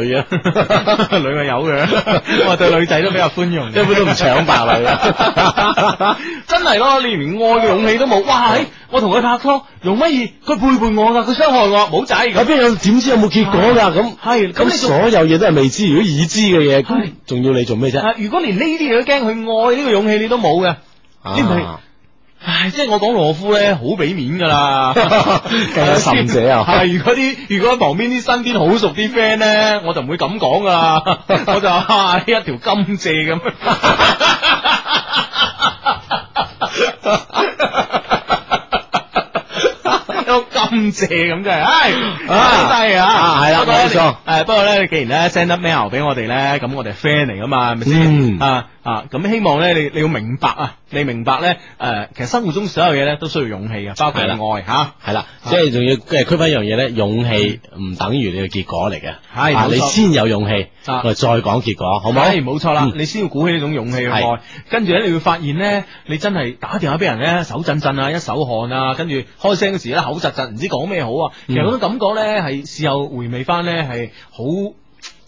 Speaker 1: 女啊，
Speaker 2: 女嘅有嘅，我對女仔都比較寬容
Speaker 1: 一
Speaker 2: 嘅，
Speaker 1: 般都唔搶白女啊啦，
Speaker 2: 真係咯，你連愛嘅勇氣都冇。哇！嘿我同佢拍拖，容乜易？佢背叛我噶，佢傷害我，冇仔
Speaker 1: 咁
Speaker 2: 咁。
Speaker 1: 邊有點知有冇結果㗎？咁
Speaker 2: 係啊咁
Speaker 1: 咁
Speaker 2: 你仲
Speaker 1: 所有嘢都係未知，如果已知嘅嘢，咁
Speaker 2: 係
Speaker 1: 仲要你做咩啫？
Speaker 2: 啊如果連呢啲你都驚，佢愛呢個勇氣你都冇嘅，你唔係
Speaker 1: 啊
Speaker 2: 唉，即係我講懦夫咧，好俾面噶 啦，
Speaker 1: 更加甚者啊
Speaker 2: 係如果啲如果旁邊啲身邊好熟啲 friend 咧，我就唔會咁講噶 啦，我就啊一條金借咁。 有金心借咁真係，唉，
Speaker 1: 啊
Speaker 2: 好低啊，
Speaker 1: 啊係啦
Speaker 2: 不過咧
Speaker 1: 冇錯
Speaker 2: 你誒，不過咧，既然咧 send 得 mail 俾我哋咧，咁我哋 friend 嚟噶嘛，係咪
Speaker 1: 嗯
Speaker 2: 先？啊啊，咁希望咧，你你要明白啊，你明白咧，誒，其實生活中所有嘢咧都需要勇氣嘅，包括
Speaker 1: 係啦
Speaker 2: 愛吓。
Speaker 1: 系啦，即系仲要诶区分一样嘢咧，勇气唔等于你嘅结果嚟嘅，
Speaker 2: 係
Speaker 1: 啊
Speaker 2: 冇錯
Speaker 1: 你先有勇气，
Speaker 2: 啊
Speaker 1: 我哋再讲结果，好
Speaker 2: 好
Speaker 1: 唔好？
Speaker 2: 冇錯啦
Speaker 1: 嗯，
Speaker 2: 你先要鼓起呢種勇氣去愛
Speaker 1: 係，
Speaker 2: 跟住咧你會發現咧，你真係打電話俾人咧手震震啊，一手汗啊，跟住開聲嗰時咧口窒窒，唔知講咩好啊。其實
Speaker 1: 嗯
Speaker 2: 嗰種感覺咧係事後回味翻咧係好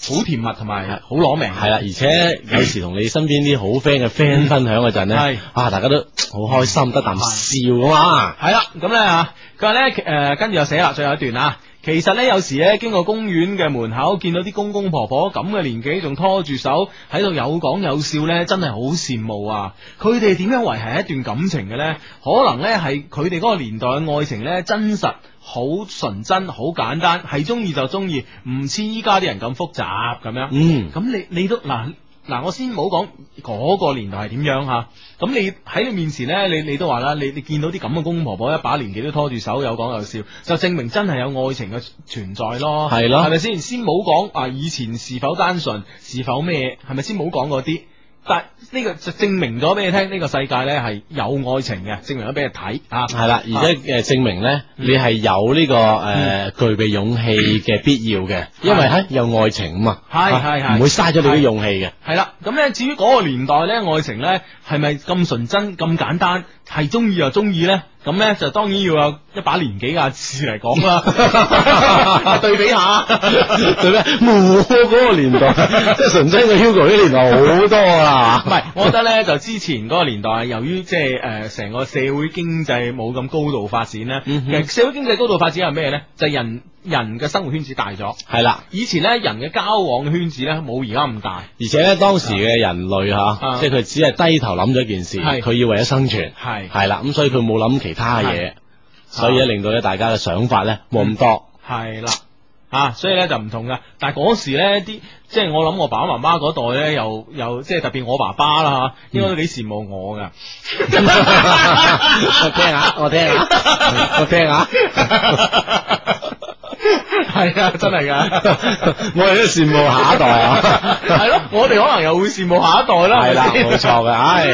Speaker 2: 好甜蜜同埋好攞命。
Speaker 1: 系啦，而且有时同你身边啲好 friend 嘅 friend 分享嗰
Speaker 2: 係
Speaker 1: 阵咧，啊，大家都好开心，得啖笑啊嘛，
Speaker 2: 系啦，咁咧啊，佢話咧诶，跟住又寫啦，最後一段啊。其實咧，有時咧經過公園嘅門口，見到啲公公婆婆咁嘅年紀，仲拖住手喺度有講有笑咧，真係好羨慕啊！佢哋點樣維係一段感情嘅咧？可能咧係佢哋嗰個年代嘅愛情咧，真實。好純真，好簡單，係中意就中意，唔似依家啲人咁複雜咁樣。
Speaker 1: 嗯，
Speaker 2: 咁你你都嗱嗱，我先唔好講嗰個年代係點樣吓。咁你喺你面前咧，你你都話啦，你你見到啲咁嘅公公婆婆一把年紀都拖住手，有講有笑，就證明真係有愛情嘅存在咯。
Speaker 1: 係咯
Speaker 2: 係咪先？先冇講啊，以前是否單純，是否咩？係咪先冇講嗰啲？但呢個就證明咗俾你聽，呢、個世界咧係有愛情嘅，證明咗俾你睇啊。
Speaker 1: 系啦，而且诶证明咧，
Speaker 2: 嗯
Speaker 1: 你系有呢个诶具备勇气嘅必要嘅，因为
Speaker 2: 係
Speaker 1: 喺有爱情啊嘛，
Speaker 2: 係
Speaker 1: 啊
Speaker 2: 係係
Speaker 1: 唔会嘥咗你啲勇气嘅，
Speaker 2: 系啦，咁咧至於嗰個年代咧，愛情咧係咪咁純真、咁簡單，係中意就中意咧？咁咧就當然要有一把年紀嘅阿志嚟講啦， 對比 下。
Speaker 1: 对咩？ 我嗰個年代，即係純真嘅 Hugo 啲年代好多啊
Speaker 2: 唔
Speaker 1: 啦，
Speaker 2: 係，我覺得咧就之前嗰個年代，由於即係誒成個社會經濟冇咁高度發展咧，
Speaker 1: 嗯哼
Speaker 2: 其實社會經濟高度發展係咩咧？就係人人嘅生活圈子大咗，
Speaker 1: 係啦。
Speaker 2: 以前咧人嘅交往嘅圈子咧冇而家咁大，
Speaker 1: 而且咧，當時嘅人類吓，
Speaker 2: 啊
Speaker 1: 即係佢只係低頭諗咗一件事，
Speaker 2: 係
Speaker 1: 佢要為咗生存，
Speaker 2: 係啊
Speaker 1: 係啦，咁所以佢冇諗其他嘢，所以咧令到咧大家嘅想法咧冇咁多，
Speaker 2: 系啦。啊，所以咧就唔同噶，但系嗰時咧啲，即係我諗我爸爸媽媽嗰代咧，又又即係特別我爸爸啦嚇，應該都幾羨慕我噶。
Speaker 1: 我聽下，我聽下，我聽下，
Speaker 2: 係啊，真係噶，
Speaker 1: 我哋都羨慕下一代啊，
Speaker 2: 係咯，我哋可能又會羨慕下一代啦。
Speaker 1: 係啦，
Speaker 2: 係咪先
Speaker 1: 冇錯嘅，唉。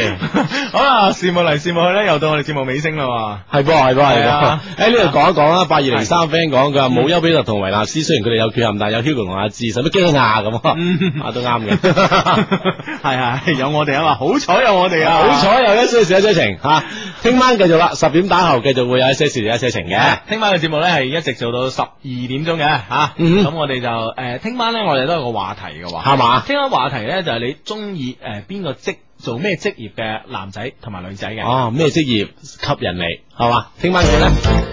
Speaker 2: 好啦，羨慕嚟羨慕去咧，又到我哋節目尾聲啦喎。
Speaker 1: 系噃，系噃，系
Speaker 2: 係
Speaker 1: 噃
Speaker 2: 啊。
Speaker 1: 喺呢度講一講啦，八二零三 friend 講佢話冇丘比特同維納斯，雖然佢哋有缺陷，但係有 Hugo 同阿志，使乜驚訝
Speaker 2: 嗯
Speaker 1: 咁？啊，都 啱嘅。
Speaker 2: 係係有我哋啊嘛，好彩有我哋啊，
Speaker 1: 好彩有一些事一些情吓，聽晚繼續啦，十點打後繼續會有一些事一些情嘅。
Speaker 2: 听晚嘅節目呢係一直做到十二點鐘嘅吓，
Speaker 1: 嗯
Speaker 2: 咁我哋就诶，聽晚呢我哋都有個話題嘅喎，
Speaker 1: 係嘛
Speaker 2: 聽晚話題呢就係你中意诶邊個職做咩職業嘅男仔同埋女仔嘅。
Speaker 1: 哦，咩職業吸引你係嘛？聽晚見啦。